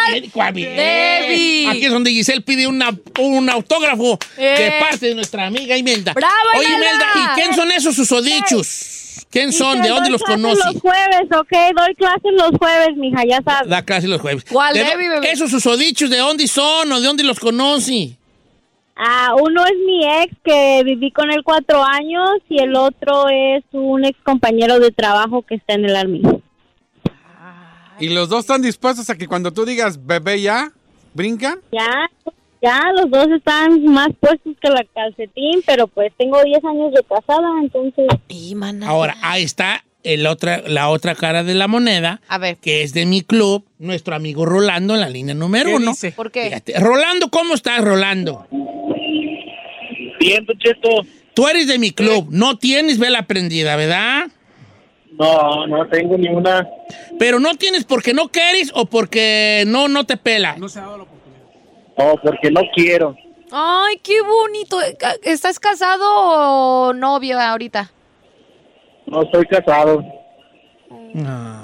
callitos. ¿Cuál bien?
Debbie.
Aquí es donde Giselle pide una- un autógrafo de
Eh.
parte de nuestra amiga Imelda.
¡Bravo,
Oye, Imelda,
Imelda!
¿y quién son esos susodichos? ¿Quién son? ¿De
Dice,
dónde
doy
los
clases
conoces?
Los jueves, ok, doy clases los jueves, mija, ya sabes.
Da clase los jueves.
¿Cuál,
¿De dó-
Debbie,
Esos susodichos, ¿de dónde son o de dónde los conocí?
Ah, uno es mi ex que viví con él cuatro años y el otro es un ex compañero de trabajo que está en el army.
¿Y los dos están dispuestos a que cuando tú digas bebé ya, brinca?
Ya, ya los dos están más puestos que la calcetín, pero pues tengo 10 años de casada, entonces.
Ahora, ahí está el otra, la otra cara de la moneda, que es de mi club, nuestro amigo Rolando en la línea número uno.
¿Por qué?
Fíjate. Rolando, ¿cómo estás, Rolando?
Bien, Cheto.
Tú eres de mi club, no tienes vela prendida, ¿verdad?
No, no tengo ni una.
Pero no tienes porque no quieres o porque no, no te pela. No
No, porque no quiero.
Ay, qué bonito. ¿Estás casado o novio ahorita?
No estoy casado.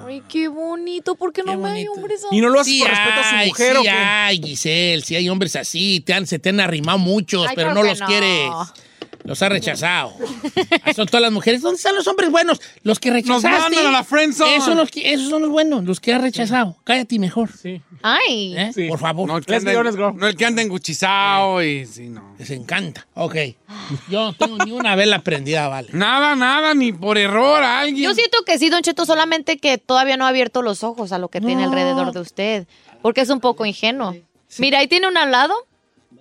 Ay, qué bonito. ¿Por qué no me hay hombres
Y no lo haces
Sí
por respeto a su
hay,
mujer,
sí
¿o qué?
hay, Giselle, sí hay hombres así, te han- se te han arrimado muchos,
Ay,
pero
creo
no
que
los
no.
quieres. Los
<laughs>
ha rechazado. Ahí son todas las mujeres. ¿Dónde están los hombres buenos? Los que rechazaste.
mandan a la friendzone.
Esos, son los que- esos son los buenos, los que has rechazado. Cállate y mejor.
Ay.
¿Eh? Por favor.
No el que anda, no el que anda enguchizado y sí, no.
Les encanta. Ok. Yo no tengo ni una vela prendida, vale.
Nada, nada, ni por error a alguien.
Yo siento que sí, Don Cheto, solamente que todavía no ha abierto los ojos a lo que tiene alrededor de usted, porque es un poco ingenuo. Mira, ahí tiene un al lado.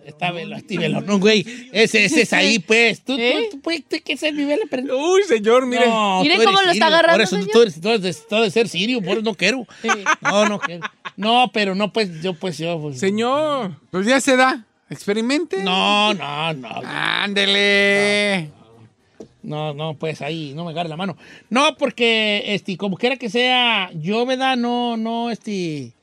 Está velo, este velo, no, güey. Ese, ese es ahí, pues. Tú,
¿Eh?
tú, tú, pues, tú, que ese nivel prendida.
Uy, señor, mire.
No,
Miren
tú eres
cómo lo está
sirio,
agarrando,
Por eso tú-
señor.
tú eres, tú eres- tú eres ser sirio, por eso no quiero. No, no quiero. No, pero no, pues yo, pues yo. pues-
Señor.
Pues ya se da. Experimente.
No, no, no.
Ándele.
No, no, pues ahí, no me agarre la mano. No, porque, este, como quiera que sea, yo, ¿verdad? No, no, este.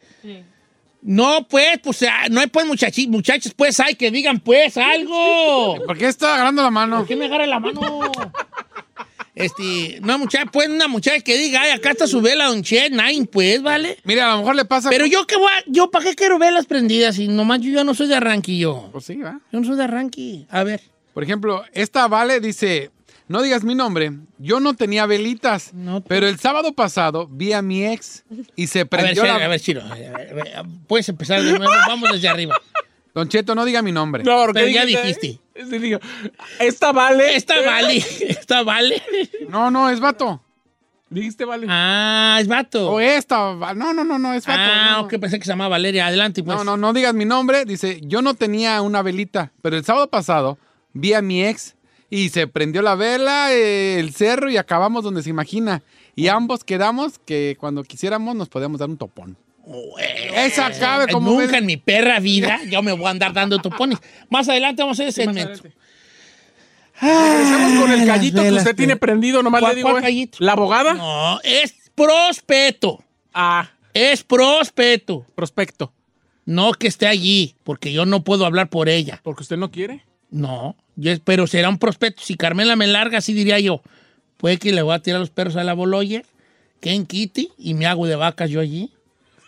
No, pues, pues, ah, no hay, pues, muchachi, muchachos, pues, hay que digan, pues, algo.
¿Por qué está agarrando la mano?
¿Por qué me agarra la mano? Este, no, muchacha, pues, una muchacha que diga, ay, acá está su vela, don Che, nine, pues, ¿vale?
Mira, a lo mejor le pasa.
Pero yo que voy a- yo para qué quiero velas prendidas y nomás yo ya no soy de arranque yo.
Pues sí, va.
Yo no soy de arranque. A ver.
Por ejemplo, esta Vale dice, no digas mi nombre, yo no tenía velitas, pero el sábado pasado vi a mi ex y se
A ver,
prendió
Chelo,
la-
a ver, Chiro. a ver, a ver, a ver, Puedes empezar de nuevo. Vamos desde arriba.
Don Cheto, no diga mi nombre.
No, ¿por qué
Pero ya dijiste.
este
Sí, digo, esta vale.
<laughs>
Esta vale. Esta vale.
No, no, es vato.
Dijiste vale.
Ah, es vato.
O esta, va- no, no, no, no, es vato.
ah,
no, no.
ok, pensé que se llamaba Valeria. Adelante, pues.
No, no, no digas mi nombre. Dice, yo no tenía una velita, pero el sábado pasado vi a mi ex y se prendió la vela, eh, el cerro y acabamos donde se imagina.
Oh.
Y ambos quedamos que cuando quisiéramos nos podíamos dar un topón.
Oh,
Esa cabe
Eh,
como
Nunca
ves.
en mi perra vida yo me voy a andar dando topones. Más adelante vamos a hacer segmento.
Empezamos con el
las
callito que
velas,
usted tiene prendido, nomás
¿Cuál-
le digo.
cuál
eh.
callito?
¿La abogada?
No, es prospeto.
Ah,
Es prospeto.
prospecto.
No que esté allí, porque yo no puedo hablar por ella.
Porque usted no quiere.
No, yo espero, será un prospecto. Si Carmela me larga, así diría yo. Puede que le voy a tirar los perros a la Boloyer, Ken Kitty, y me hago de vacas yo allí.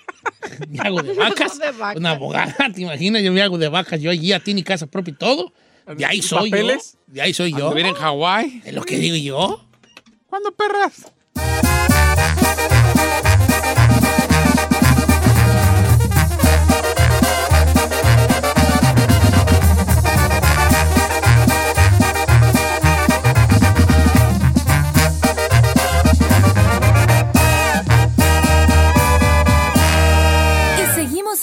<laughs> me hago de vacas.
De vacas.
Una abogada, <laughs> ¿te imaginas? Yo me hago de vacas yo allí, a ti ni casa propia y todo. De ahí soy
¿Papeles?
yo. De ahí soy yo.
Vivir en Hawái.
Es lo que digo yo.
¿Cuándo, perras?
Y seguimos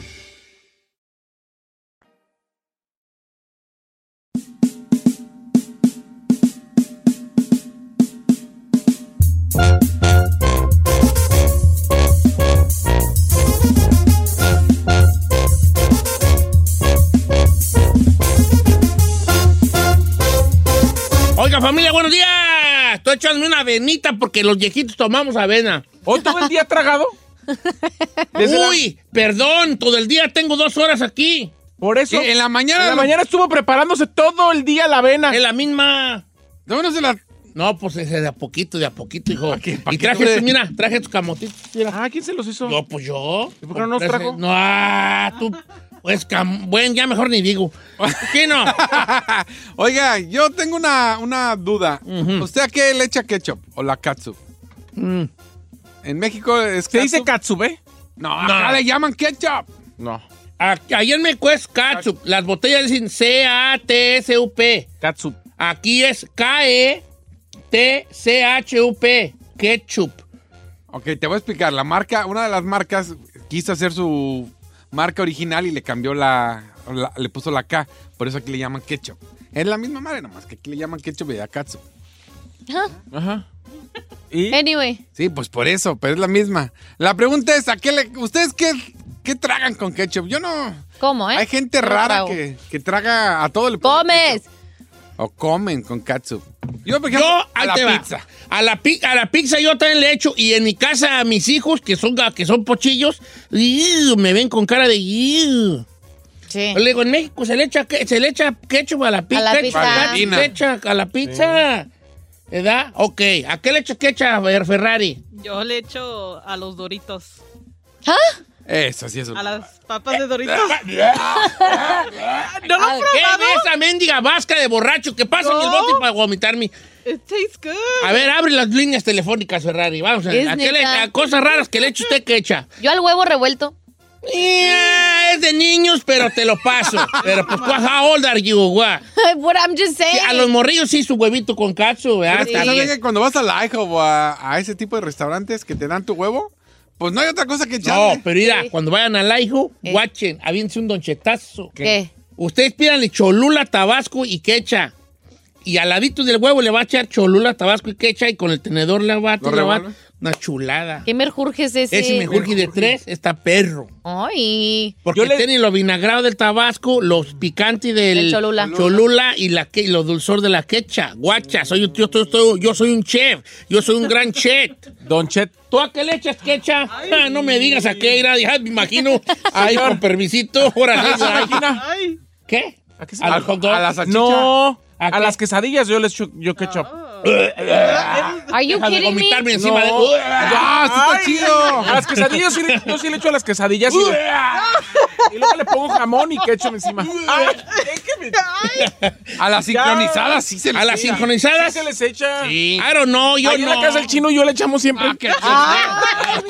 Oiga, familia, buenos días. Estoy echándome una avenita porque los viejitos tomamos avena. ¿O todo el día tragado? Uy, perdón, todo el día tengo dos horas aquí. Por
eso-
En la mañana.
en la mañana
estuvo preparándose todo el día la avena. En la misma. No, no, pues ese de a poquito, de a poquito, hijo. y
qué
traje,
tú le-
tu- mira, traje tus camotitos. Ah, ¿quién se los hizo? No, pues yo.
por qué no nos
Ese-
trajo?
No, ah, tú. Pues, cam- bueno, ya mejor ni digo. ¿Qué no?
Oiga, yo tengo una, una duda. ¿Usted a qué le echa ketchup o la katsu? En México es ¿Se dice
katsu, eh?
No, acá le llaman ketchup.
No.
Aquí- Ayer me cuesta catsup. Las botellas dicen C-A-T-S-U-P.
Catsup.
Aquí es E K-E-T-C-H-U-P. Ketchup.
Ok, te voy a explicar. La marca, una de las marcas quiso hacer su marca original y le cambió la, la- le puso la K. Por eso aquí le llaman ketchup. Es la misma madre nomás, que aquí le llaman ketchup y a katsu. Ajá. ¿Y?
Anyway.
Sí, pues por eso, pero es la misma. La pregunta es, ¿a qué le, ¿ustedes qué, qué tragan con ketchup? Yo no...
¿Cómo, eh?
Hay gente
Yo no
rara
trago.
que, que traga a todo el... ¡Comes! O comen con katsu. Yo, por ejemplo,
Yo, ahí
a la
te va.
pizza.
A la, pi- a la pizza yo también le echo. Y en mi casa a mis hijos, que son, ga- que son pochillos, ¡iu! me ven con cara de... ¡iu!
Sí.
Le digo, en México se le echa, que- se le echa ketchup a la pizza.
la pizza.
Se le echa a la pizza. ¿Verdad? Ok. ¿A qué le echa ketchup, Ferrari?
Yo le echo a los doritos.
¿Ah?
Eso sí es un...
A
<laughs>
las papas de doritos.
Ah.
¿No lo ¿Qué es esa mendiga vasca de borracho que pasa en el bote para vomitarme?
It tastes good.
A ver, abre las líneas telefónicas, Ferrari. Vamos a
Es
ver. ¿A, qué le-
neta.
a cosas raras que le echa usted que echa?
Yo al huevo revuelto. <laughs>
Eh, es de niños, pero te lo
<laughs>
paso. pero pues, what- how old are you, what?
What I'm just saying.
A los morrillos sí su huevito con cacho, ¿verdad?
Pero
Está
¿sabes
bien.
que cuando vas a la IHOP o a, a ese tipo de restaurantes que te dan tu huevo, pues no hay otra cosa que echarle.
No, pero mira, cuando vayan al IHU, guachen, aviense un donchetazo.
Eh. ¿Qué?
Ustedes pídanle cholula, tabasco y quecha. Y al ladito del huevo le va a echar cholula, tabasco y quecha y con el tenedor le va a
¿Lo
le va a-
revuelve?
una chulada.
¿Qué merjurje es ese?
Ese mejor de tres está perro.
Ay.
Porque tienen lo vinagrado del tabasco, los picantes del
Del Cholula.
Cholula y la que, y lo dulzor de la quecha. Guacha, soy un, yo, estoy- estoy- yo soy un chef, yo soy un
<laughs>
gran chef.
Don Chet.
¿Tú a qué le echas quecha? Ah, no me digas a qué ir a dejar, me
<laughs>
imagino. Ahí con permisito, ahora sí, ay. ¿Qué? ¿A,
A,
los hot dogs?
las No, a, las quesadillas yo les echo yo ketchup.
Are you
Deja de
kidding me?
vomitarme encima de-
¡Ah,
Ay.
sí está chido! A las quesadillas sí le- yo sí le echo a las quesadillas. y, y luego le pongo jamón y ketchup encima. Ay,
A las sincronizadas sí se les
A las
echa.
sincronizadas.
Sí se les echa.
Sí. I don't know, yo
Ahí en
no.
la casa del chino yo le echamos siempre.
Ah, que el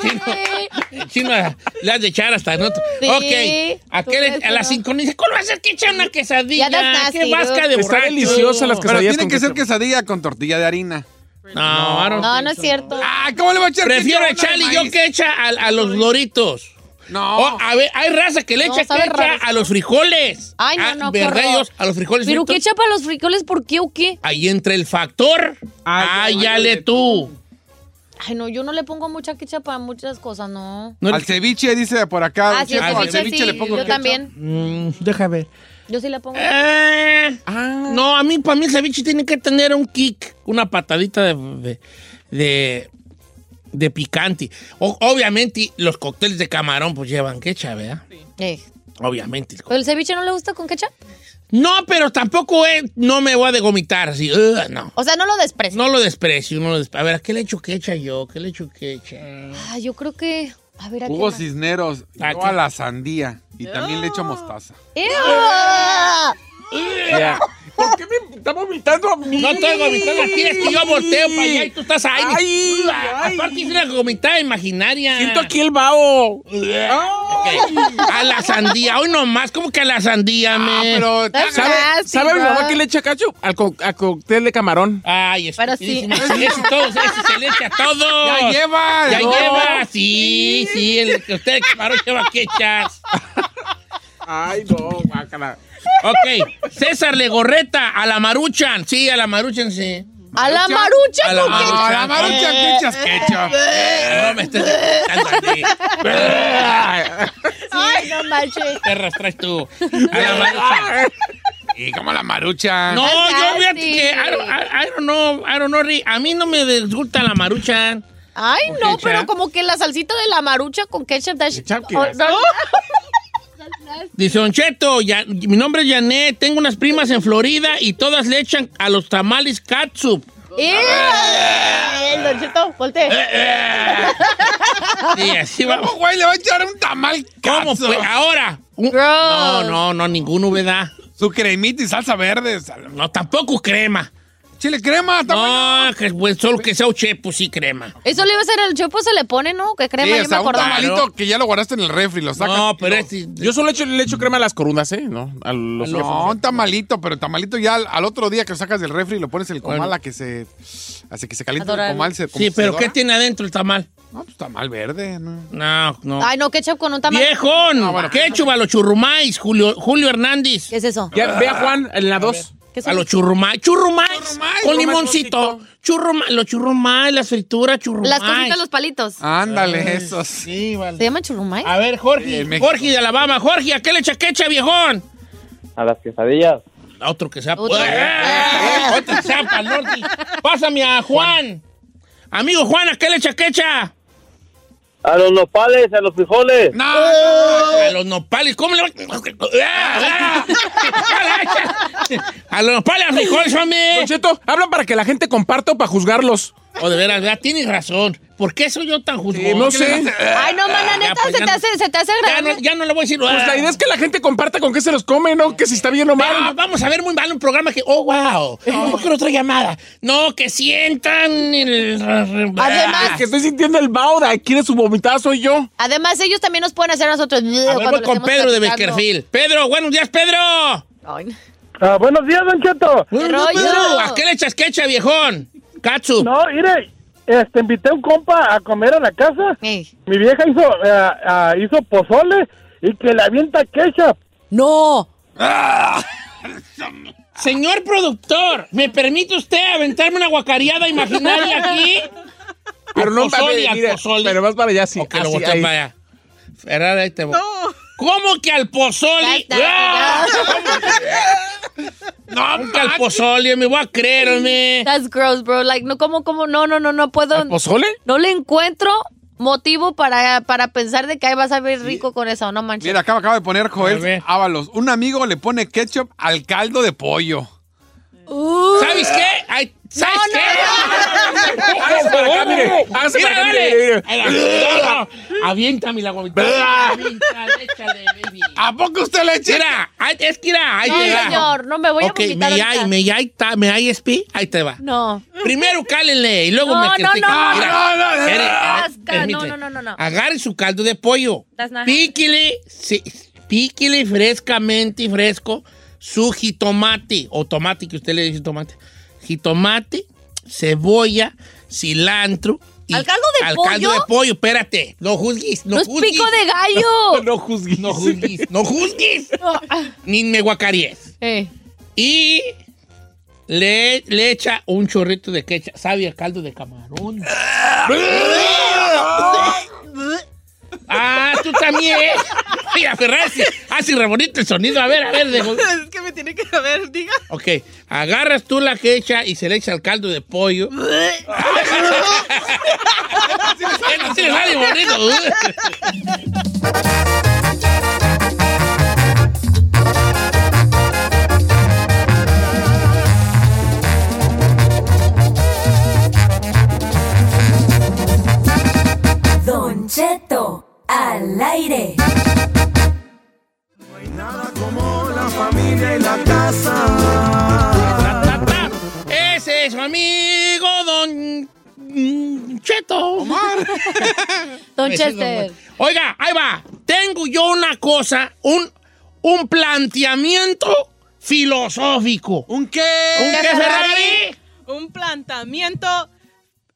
chino. el chino- el chino le has de echar hasta en otro.
Sí,
ok, ¿a,
tú
qué le-
crees
a
que
la
no.
sincroniza? ¿Cómo va a ser que echa una quesadilla?
Ya das nasty,
¿Qué vasca de
dude. Está
borracho?
deliciosa las
Pero
quesadillas con
tiene que ser quesadilla con tortilla de harina.
No, I
<laughs>
don't
No, no es cierto.
Ah, ¿cómo le va a echar?
Prefiero
queso a una de
echarle yo
maíz?
que echa a, a los doritos.
No.
a ver, hay raza que le
No,
echa,
sabe
que echa
rarísimo.
a los frijoles.
Ay, no,
Ah,
no, qué
¿Verdad,
horror.
ellos? A los frijoles
¿Pero
fritos.
qué chapa los frijoles? ¿Por qué o qué?
Ahí entra el factor.
Ah,
Ay, Ayale tú.
Ay, no, yo no le pongo mucha quechapa a muchas cosas, no.
Al ceviche, dice por acá.
Ah, sí, el
al
ceviche sí,
le pongo
yo
ketchup.
también.
Mm, deja ver.
Yo sí le pongo.
Eh.
Ah.
No, a mí, para mí el ceviche tiene que tener un kick, una patadita de, de, de- de picante. O- obviamente, los cócteles de camarón pues llevan quecha, ¿verdad?
Eh,
Obviamente.
¿pero el ceviche no le gusta con quechap?
No, pero tampoco es, no me voy a degomitar así, "Ugh", no.
O sea, no lo desprecio.
No lo desprecio, no lo desprecio. A ver, ¿a qué le echo quecha yo? ¿Qué le echo quecha?
Ah, yo creo que. A ver, ¿a qué
Hugo
más?
Cisneros,
Ah,
yo a la sandía. Y también le echo mostaza.
¡Ew!
¿Por qué me está vomitando a mí?
<laughs> No estoy vomitando a ti, es que yo volteo para allá y tú estás ahí.
Ay,
Ugh, Aparte es una gomitada imaginaria.
Siento aquí el vaho.
Ugh.
Ah,
Ok. A la sandía, hoy nomás, como que a la sandía, me.
Ah, pero- That's
Ah, ¿Sabe,
nasty,
sabe mi
bro.
mamá que le echa cacho? Al co- a cóctel de camarón.
Ay, este, es
Pero
sí. Ese, todo, ese se le echa a todos.
Ya lleva,
Ya
¿no?
lleva, sí, sí. El que usted paró lleva quechas.
Ay, no, guácala.
Ok, César Legorreta, a la Maruchan. Sí, a la Maruchan, sí.
¡A la marucha
A la
con
marucha.
quechap!
A la marucha,
Eh,
quechas,
eh,
quechap.
eh.
No me estés gritando a ti.
Sí, no manches.
Perras traes tú. A la Maruchan.
Y como la marucha.
No, yo fíjate
Fantastic.
que I don't, I- I don't know, I don't know, Rick. A mí no me disgusta la Maruchan.
Ay,
¿Con
no,
ketchup?
pero como que la salsita de la marucha con ketchup. Dash. Oh,
<laughs>
no.
Dice Don Cheto, ya- mi nombre es Janet, tengo unas primas en Florida y todas le echan a los tamales katsup.
Eh, el Don Cheto, voltee.
Eh. Sí, así
<laughs>
va.
¿Cómo, güey? Le va a echar un tamal
¿Cómo
catsup?
fue? Ahora. un-
Gross.
no, no, no, ninguna novedad.
Su cremita y salsa verde. sal-
No, tampoco crema.
Chile crema. tampoco.
No, que, pues, solo que sea uche, pues sí crema.
Eso le iba a hacer el chopo, se le pone, ¿no? Que crema,
Sí,
yo me
hasta un
acordaba.
tamalito que ya lo guardaste en el refri, lo sacas.
No,
y
pero
lo-
este...
Yo solo echo- le echo crema a las corundas, ¿eh? No, a los
No, un tamalito, pero tamalito ya al, al otro día que lo sacas del refri lo pones en el comal
Bueno.
a que se... Hace que se caliente
Adorable.
el comal. Se, como
Sí,
se
pero
dora.
¿qué tiene adentro el tamal?
No, pues tamal verde. No.
No, no.
Ay, no, ketchup con un tamal.
¡Viejón!
No, Ah, bueno. pues,
¿Qué chupa a los churrumais, Julio, Julio Hernández?
¿Qué es eso?
Ya, ve a Juan en la 2.
¿Qué es
A
eso?
los churrumais. Churrumais.
Churrumais,
Con
churrumais
limoncito.
con
Churrumais. Los churrumais, las frituras, churrumais. Ah.
Las cositas, los palitos.
Ándale, esos.
Sí, vale.
¿Se llaman churumay?
A ver,
Sí,
Jorge.
en México.
Jorge de Alabama. Jorge, ¿a qué le echa quecha, viejón?
A las quesadillas.
Otro que sea.
Otro.
¡Eh! Otro que sea pa'l norte. Pásame a Juan. Amigo Juan, ¿a qué le echa quecha?
A los nopales, a los frijoles.
No,
Eh. A los nopales. ¿Cómo le va? ¡Ah! ¡Ah!
<laughs>
A los nopales, a los frijoles, hombre.
Don Cheto, hablan para que la gente comparta o para juzgarlos.
O de veras, ¿verdad? tienes razón. ¿Por qué soy yo tan juzgón?
no sé.
Ay, no, mana,
Ya,
neta, se,
pues, ya
te
no-
hace, se te hace
Ya no,
agradable.
ya no le voy a decir.
Pues la idea es que la gente comparta con qué se los come, ¿no? Que si está bien o
Ah,
mal.
vamos a ver muy mal un programa que, oh, wow, no quiero otra llamada. No, que sientan el... Ah,
Es que estoy sintiendo el vaho de aquí de su vomitada soy yo.
Además, ellos también nos pueden hacer a nosotros.
A ver, voy Ah, con Pedro de Beckerfield. Pedro, buenos días, Pedro.
Ay,
Ah, buenos días, Don Cheto.
Pedro,
Pedro, ¿a qué le echas quecha, viejón? Katsu.
No, mire, este, invité a un compa a comer a la casa.
Ey.
Mi vieja hizo, eh, ah, hizo pozole y que le avienta ketchup.
No.
Señor productor, ¿me permite usted aventarme una guacareada imaginaria aquí?
Pero no,
Al pozole,
mira,
al
mira,
pozole.
pero vas para allá sí.
O que lo
Así,
voltean
ahí.
para allá. Ferrari, ahí te voy. ¿Cómo que al
Ya
pozole?
está,
¡Ah! ¿Cómo que al pozole? Me voy a creer, hombre.
That's gross, bro. Like, no, como, como, no, no, no, no puedo.
¿Al pozole?
No le encuentro motivo para, para pensar de que ahí vas a ver rico con eso, no manches.
Mira, acá me acaba de poner
A
Joel
ver.
Ábalos. Un amigo le pone ketchup al caldo de pollo.
Uh,
¿Sabes qué? Ay, ¿Sabes qué?
Hágase para acá, mire. Hágase
Mira,
para acá,
dale.
mire,
Ahí
mire.
va. Aviéntame la guavita. Aviéntale, échale, baby. ¿A poco usted le echa? Mira, ay, es que mira, ahí
No,
te va.
señor, no me voy a
Ok,
vomitar
me
ahorita.
hay, me hay, ta- me hay SP, ahí te va.
No.
Primero cálenle y luego
No,
me
no,
critican.
no.
Mira,
No, no, no,
espere,
no.
ah,
Asca,
permíteme.
no, no, no, no.
Agarre su caldo de pollo.
That's not
Píquele, sí, píquele frescamente y fresco su jitomate o tomate, que usted le dice tomate. Jitomate, cebolla, cilantro. y-
¿Al caldo de
al
pollo?
caldo de pollo, espérate. No juzgues, no,
No es
juzgues.
pico de gallo.
No juzgues. No juzgues, <laughs> no juzgues. Ni me guacaríes.
<laughs> Eh.
Y le, le echa un chorrito de quecha. Sabe a caldo de camarón. ah, tú también. Mira, Ferrari, así re bonito el sonido. A ver, a ver. dejo-
es que me tiene que saber, diga.
Ok, agarras tú la quecha y se le echa al caldo de pollo. Eso sí le sale bonito.
Don Cheto al aire.
familia y la casa.
Ese es su amigo, don mm, Cheto.
Don
Ese es
Chester.
Omar. Oiga, ahí va. Tengo yo una cosa, un, un planteamiento filosófico.
¿Un qué?
¿Un qué, Ferrari?
Un planteamiento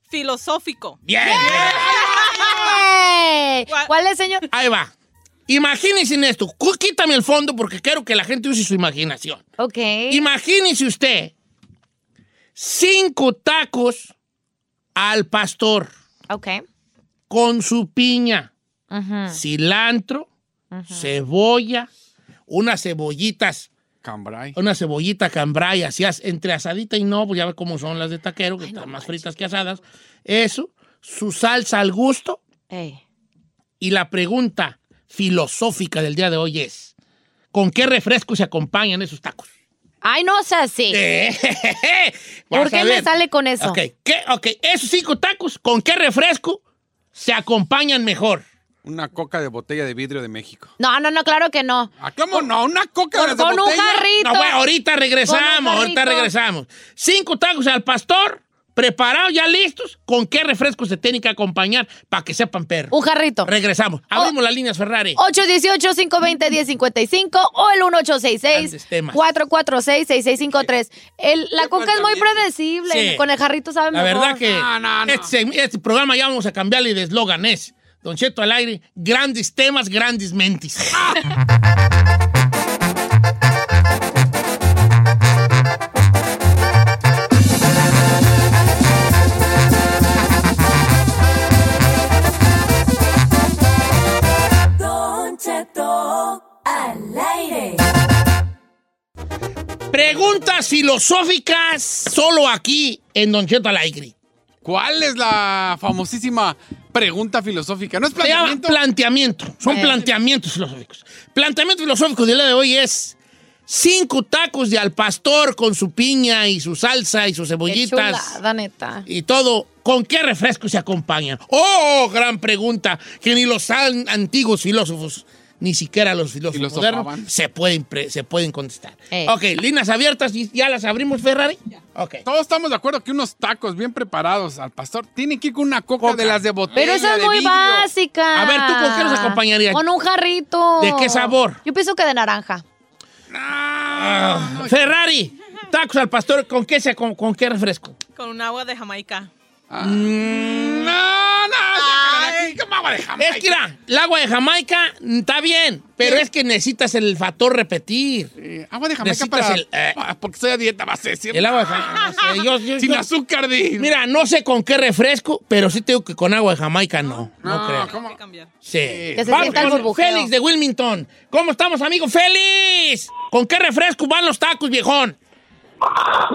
filosófico.
Bien.
¡Ey! ¿Cuál es, señor?
Ahí va. Imagínense en esto. Cu- Quítame el fondo porque quiero que la gente use su imaginación.
Ok.
Imagínese usted cinco tacos al pastor
Ok.
con su piña.
Ujú.
cilantro, cebolla, unas cebollitas.
Cambrai.
Una cebollita cambray, así as- entre asadita y no, pues ya ve cómo son las de taquero, que están más fritas que asadas. Eso, su salsa al gusto.
Ey.
Y la pregunta filosófica del día de hoy es, ¿con qué refresco se acompañan esos <laughs> tacos? Eh,
Ay, no sea así.
<laughs> Vas
¿Por
a
qué me
ver.
sale con eso?
Ok, ¿qué? ok, esos cinco tacos, ¿con qué refresco se acompañan mejor?
Una coca de botella de vidrio de México.
No, no, no, claro que no.
¿A cómo no? Una coca
Con-
de
con un
botella.
jarrito.
No, güey, ahorita
Con
regresamos,
un
ahorita
jarrito.
regresamos. Cinco tacos al pastor, preparados, ya listos. ¿Con qué refresco se tienen que acompañar para que sepan perro?
Un jarrito.
Regresamos. Abrimos las líneas Ferrari.
818-520-1055 o el
Grandes temas.
1866-446-6653. El- La coca es muy predecible.
Sí.
Con el jarrito sabe
La
mejor.
verdad que Este, seg- este programa ya vamos a cambiarle de eslogan, es Don Cheto al aire, grandes temas, grandes mentis.
Don Cheto al aire.
Preguntas filosóficas solo aquí en Don Cheto al aire.
¿Cuál es la famosísima pregunta filosófica? ¿No es
Se llama
planteamiento?
planteamiento. Son
Eh.
planteamientos filosóficos. Planteamiento filosófico del día de hoy es cinco tacos de al pastor con su piña y su salsa y sus
Qué
cebollitas
chulada, neta.
y todo. ¿Con qué refresco se acompañan? ¡Oh, gran pregunta! Que ni los an- antiguos filósofos, ni siquiera los filósofos
Filosofaban.
modernos, se pueden, pre- se pueden contestar. Ok, líneas abiertas, ¿y ¿ya las abrimos, Ferrari? Ok.
Todos estamos de acuerdo que unos tacos bien preparados al pastor tienen que ir con una coca, de las de botella.
Pero esa es
de
muy
vidrio.
básica.
A ver, ¿tú con qué nos acompañarías?
Con un jarrito.
¿De qué sabor?
Yo pienso que de naranja.
Ah, Ferrari, tacos al pastor, ¿con qué, se, con- con qué refresco?
Con un agua de Jamaica.
Mm, No, no,
Ah,
sácala de aquí, ¿cómo agua de Jamaica? Es que mira, el agua de Jamaica mm, está bien, pero es que necesitas el factor repetir.
agua de Jamaica
Eh, Necesitas
para...
el, eh,
ah, porque estoy a dieta, va a ser siempre.
el agua de Jamaica. no sé, yo- yo-
Sin
yo-
azúcar, di.
Mira, no sé con qué refresco, pero sí te digo que con agua de Jamaica no. No,
No,
creo.
¿cómo?
Sí.
Que se
Vamos
sienta el
con
burbujeo.
Félix de Wilmington. ¿Cómo estamos, amigo? ¡Félix! ¿Con qué refresco van los tacos, viejón?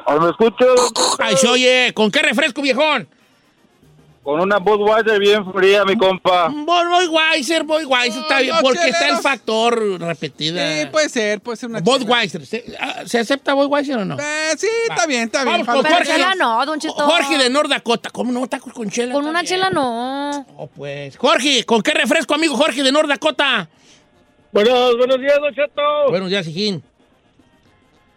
Ahí me escucho.
Ay, se oye. ¿Con qué refresco, viejón?
Con una Budweiser bien fría, mi compa.
Budweiser, Budweiser, está bien,
los
porque está el
cheleros.
factor repetida.
Sí, pues, puede ser, puede ser una Eh,
Budweiser, ¿se, ah, ¿se acepta Budweiser o no?
sí, está bien, está bien.
Vamos con
Pero
Jorge,
chela no, don Cheto.
Jorge de North Dakota. ¿Cómo no? Tacos con chela.
Con una chela no.
Oh, pues. Jorge, ¿con qué refresco, amigo Jorge de North Dakota?
Buenos, buenos días, Don Cheto.
Buenos días, Sijín.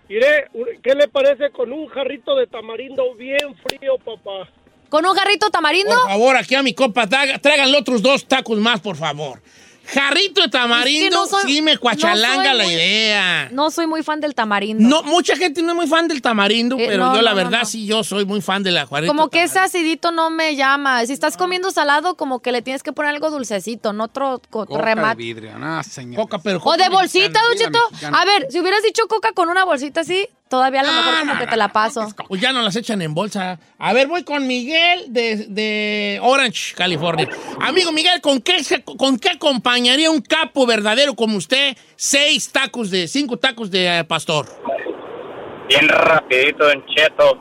Mire, un- ¿qué le parece con un jarrito de tamarindo bien frío, papá?
¿Con un jarrito tamarindo?
Por favor, aquí a mi copa, traga- tráiganle otros dos tacos más, por favor. Jarrito de tamarindo,
Es que no soy-
sí me cuachalanga
no soy
la
muy-
idea.
No soy muy fan del tamarindo.
No, mucha gente no es muy fan del tamarindo,
Eh,
pero
no,
yo la
no, no,
verdad
no.
sí, yo soy muy fan de la jarrito.
Como que ese acidito no me llama. Si estás comiendo salado, como que le tienes que poner algo dulcecito, no otro co-
Coca de
remate.
vidrio, no, señor.
Coca, pero
O de bolsita, Don Cheto.
mexicana.
A ver, si hubieras dicho coca con una bolsita así, todavía a lo mejor como que te la paso.
Pues ya no las echan en bolsa. A ver, voy con Miguel de, de Orange, California. Amigo Miguel, ¿con qué, se- ¿con qué acompañaría un capo verdadero como usted? Seis tacos de, cinco tacos de eh, pastor.
Bien rapidito, Don Cheto.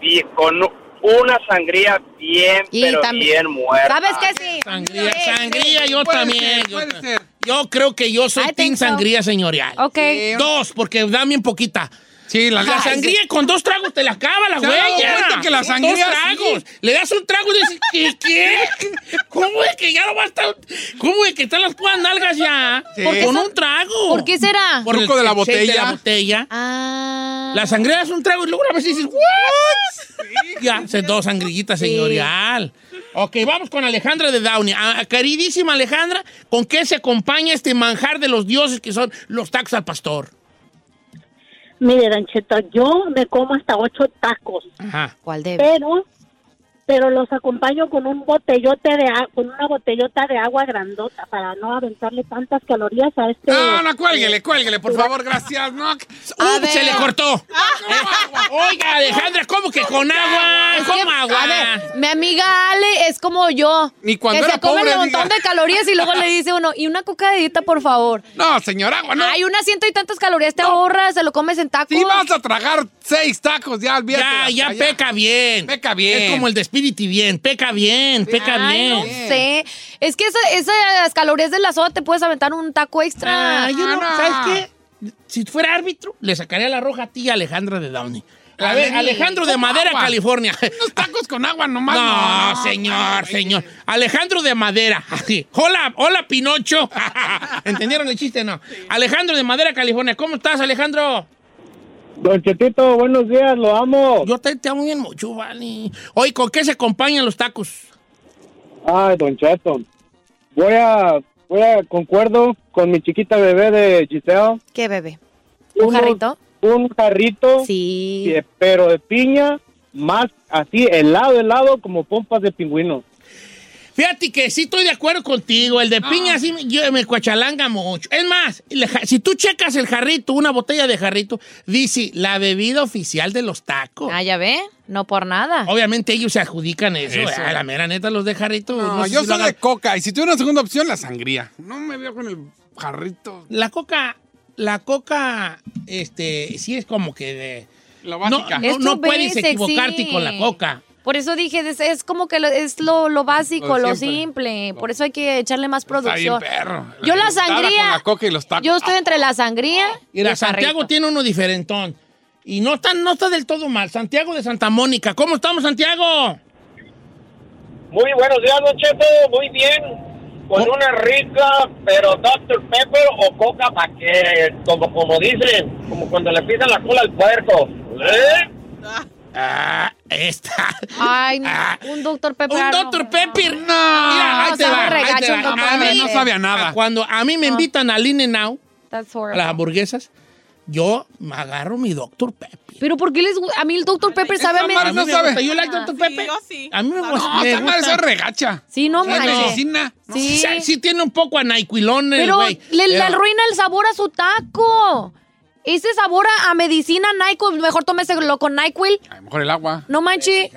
Y con una sangría bien,
Y
pero
también-
bien muerta.
¿Sabes qué? Sí.
Sangría,
Sí,
sangría,
sí.
yo
Puede
también.
ser,
yo,
puede
yo creo que yo soy
I
team
think so.
sangría señorial.
Ok. Sí.
Dos, porque dan bien poquita. Sí, la,
Ay,
sangría con dos tragos te la acaba la
Se ha dado
güey. ya.
cuenta que la sangría
Dos tragos. Le das un trago y dices, ¿qué? qué? <laughs> ¿Cómo de que ya no va a estar? ¿Cómo de que están las puras nalgas ya?
Sí.
Con
¿Por qué
un
son-
trago.
¿Por qué será?
Por el
Truco de la
shape De la
botella.
botella.
Ah.
La sangría es un trago y luego una vez dices, ¿what? ya, se dos sangrillitas,
Sí.
señorial. Ok, vamos con Alejandra de Downey. Ah, queridísima Alejandra, ¿con qué se acompaña este manjar de los dioses que son los tacos al pastor?
Mire, Don Cheto, yo me como hasta ocho tacos,
Ajá.
¿Cuál debe?
pero pero los acompaño con un botellote de a- con una botellota de agua grandota para no aventarle tantas calorías a este.
No, no, cuélguele, cuélguele, por favor, gracias. No, Ah,
¡Uh, se le cortó! Oiga, Alejandra, ¿cómo que con agua?
que,
¿Cómo agua?
A ver, mi amiga Ale es como yo.
Ni cuando
que
era
se come
pobre,
un montón
diga.
de calorías y luego le dice uno, y una cocadita, por favor.
No, señor, agua, no.
Hay unas ciento y tantas calorías, te ahorras, se lo comes en tacos.
Si vas a tragar seis tacos, ya olvídate.
oh. Ya, ya peca bien.
Peca bien.
Es como el de Spirit y bien. Peca bien, peca
Ay, no
bien.
sé. Es que esa- esas calorías de la soda te puedes aventar un taco extra.
Ah, yo no- ¿Sabes qué? Si fuera árbitro, le sacaría la roja a ti, Alejandra de Downey. A ver, Alejandro de
Con
Madera,
agua.
California. <laughs>
Unos tacos con agua nomás.
No, señor, señor. Alejandro de Madera. <laughs> Así. Hola, hola, Pinocho. <laughs> ¿Entendieron el chiste? No. Alejandro de Madera, California. ¿Cómo estás, Alejandro?
Don Chetito, buenos días, lo amo.
Yo te, te amo bien mucho, vale. Oye, ¿con qué se acompañan los tacos?
Ay, Don Cheto. Voy a, voy a, concuerdo con mi chiquita bebé de Giselle.
¿Qué bebé? ¿Un
Unos-
jarrito?
Un jarrito,
Sí.
de- pero de piña, más así, helado, helado, como pompas de pingüino.
Fíjate que sí estoy de acuerdo contigo. El de piña sí me, yo- me cuachalanga mucho. Es más, le ja- si tú checas el jarrito, una botella de jarrito, dice la bebida oficial de los tacos.
Ah, ya ve, no por nada.
Obviamente ellos se adjudican eso.
Eso.
A la mera neta, los de jarrito.
No,
no sé
yo
si lo
soy de
hagan.
coca. Y si tuviera una segunda opción, la sangría. No me veo con el jarrito.
La coca, la coca, este, sí es como que de...
La
No,
básica.
Ah, no,
Es
no
tu
puedes
basic,
equivocarte
sí.
con la coca.
Por eso dije, es, es como que lo- es lo, lo básico,
Lo de
lo
siempre.
simple. Por eso hay que echarle más
Está bien,
producción.
perro.
Yo la
tostada Con
sangría,
la coca y los tacos.
yo estoy entre la sangría y
Mira,
el
Santiago
jarrito.
tiene uno diferentón. Y no está, no está del todo mal. Santiago de Santa Mónica. ¿Cómo estamos, Santiago?
Muy buenos días, Don Cheto, muy bien. Con una rica, pero Dr. Pepper o coca para que, como, como dicen, como cuando le pisan la cola al puerco. ¿Eh?
Ah, está.
Ay,
Ah.
un doctor Pepper.
Un
no.
Dr. Pepper. No.
Ah,
ahí te
sabe
va. ahí
regacho
te va.
un Dr.
A mí
Pepper.
no
No sabe a
nada.
nada.
Cuando a mí me invitan al In Now,
That's
a
horrible.
las hamburguesas, yo me agarro mi Dr. Pepper.
Pero ¿por qué les gu- a mí el Dr. Pepper sabe a
madre
menos?
A mí
no
me
sabe.
gusta. ¿You like Dr. Pepper?
yo sí.
A mí me gusta.
No,
me
esa madre
gusta.
es regacha.
Sí, no
Es
manches.
medicina.
Sí.
Sí, sí tiene un poco a Nyquilón el
Pero
güey.
le, le
Pero-
arruina el sabor a su taco. Ese sabor a, a medicina NyQuil, mejor tómeselo con NyQuil.
A lo mejor el agua.
No manches.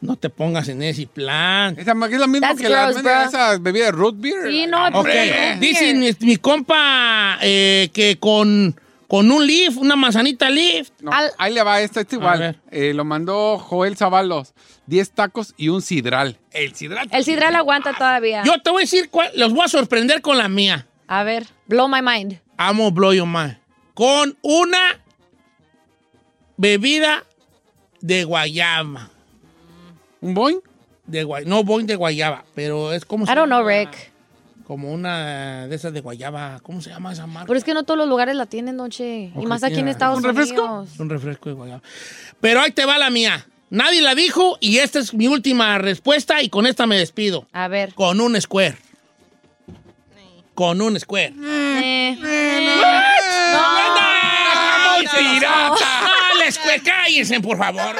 No te pongas en ese plan.
Esa ma- es lo mismo
That's
que la
gross,
media-
bro.
esa bebida de root beer.
Sí, no,
Ok,
porque-
dice mi, mi compa eh, que con, con un lift, una manzanita lift.
No, Ahí le va, esta es igual. Eh, lo mandó Joel Zavalos. 10 tacos y un sidral. Eh, El sidral.
El sidral aguanta todavía.
Yo te voy a decir cuál, los voy a sorprender con la mía.
A ver, blow my mind.
Amo blow your mind. Con una bebida de guayaba.
¿Un boing?
De guay, no boing de guayaba, pero es como
I don't know, Rick.
Ah, como una de esas de guayaba, ¿cómo se llama esa marca?
Pero es que no todos los lugares la tienen, noche.
Ok,
Y más aquí en
mira.
Estados
¿Un
Unidos.
refresco? Un refresco de guayaba. Pero ahí te va la mía. Nadie la dijo y esta es mi última respuesta y con esta me despido.
A ver.
Con un square. Con un square.
Eh.
¡Buena!
no,
¡Ay,
no.
pirata! ¡Al square! ¡Cállense, por favor!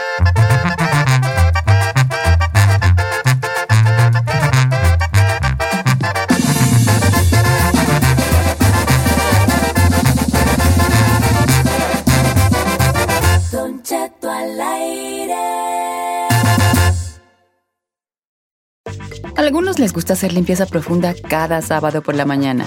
Don Cheto al aire.
Algunos les gusta hacer limpieza profunda cada sábado por la mañana.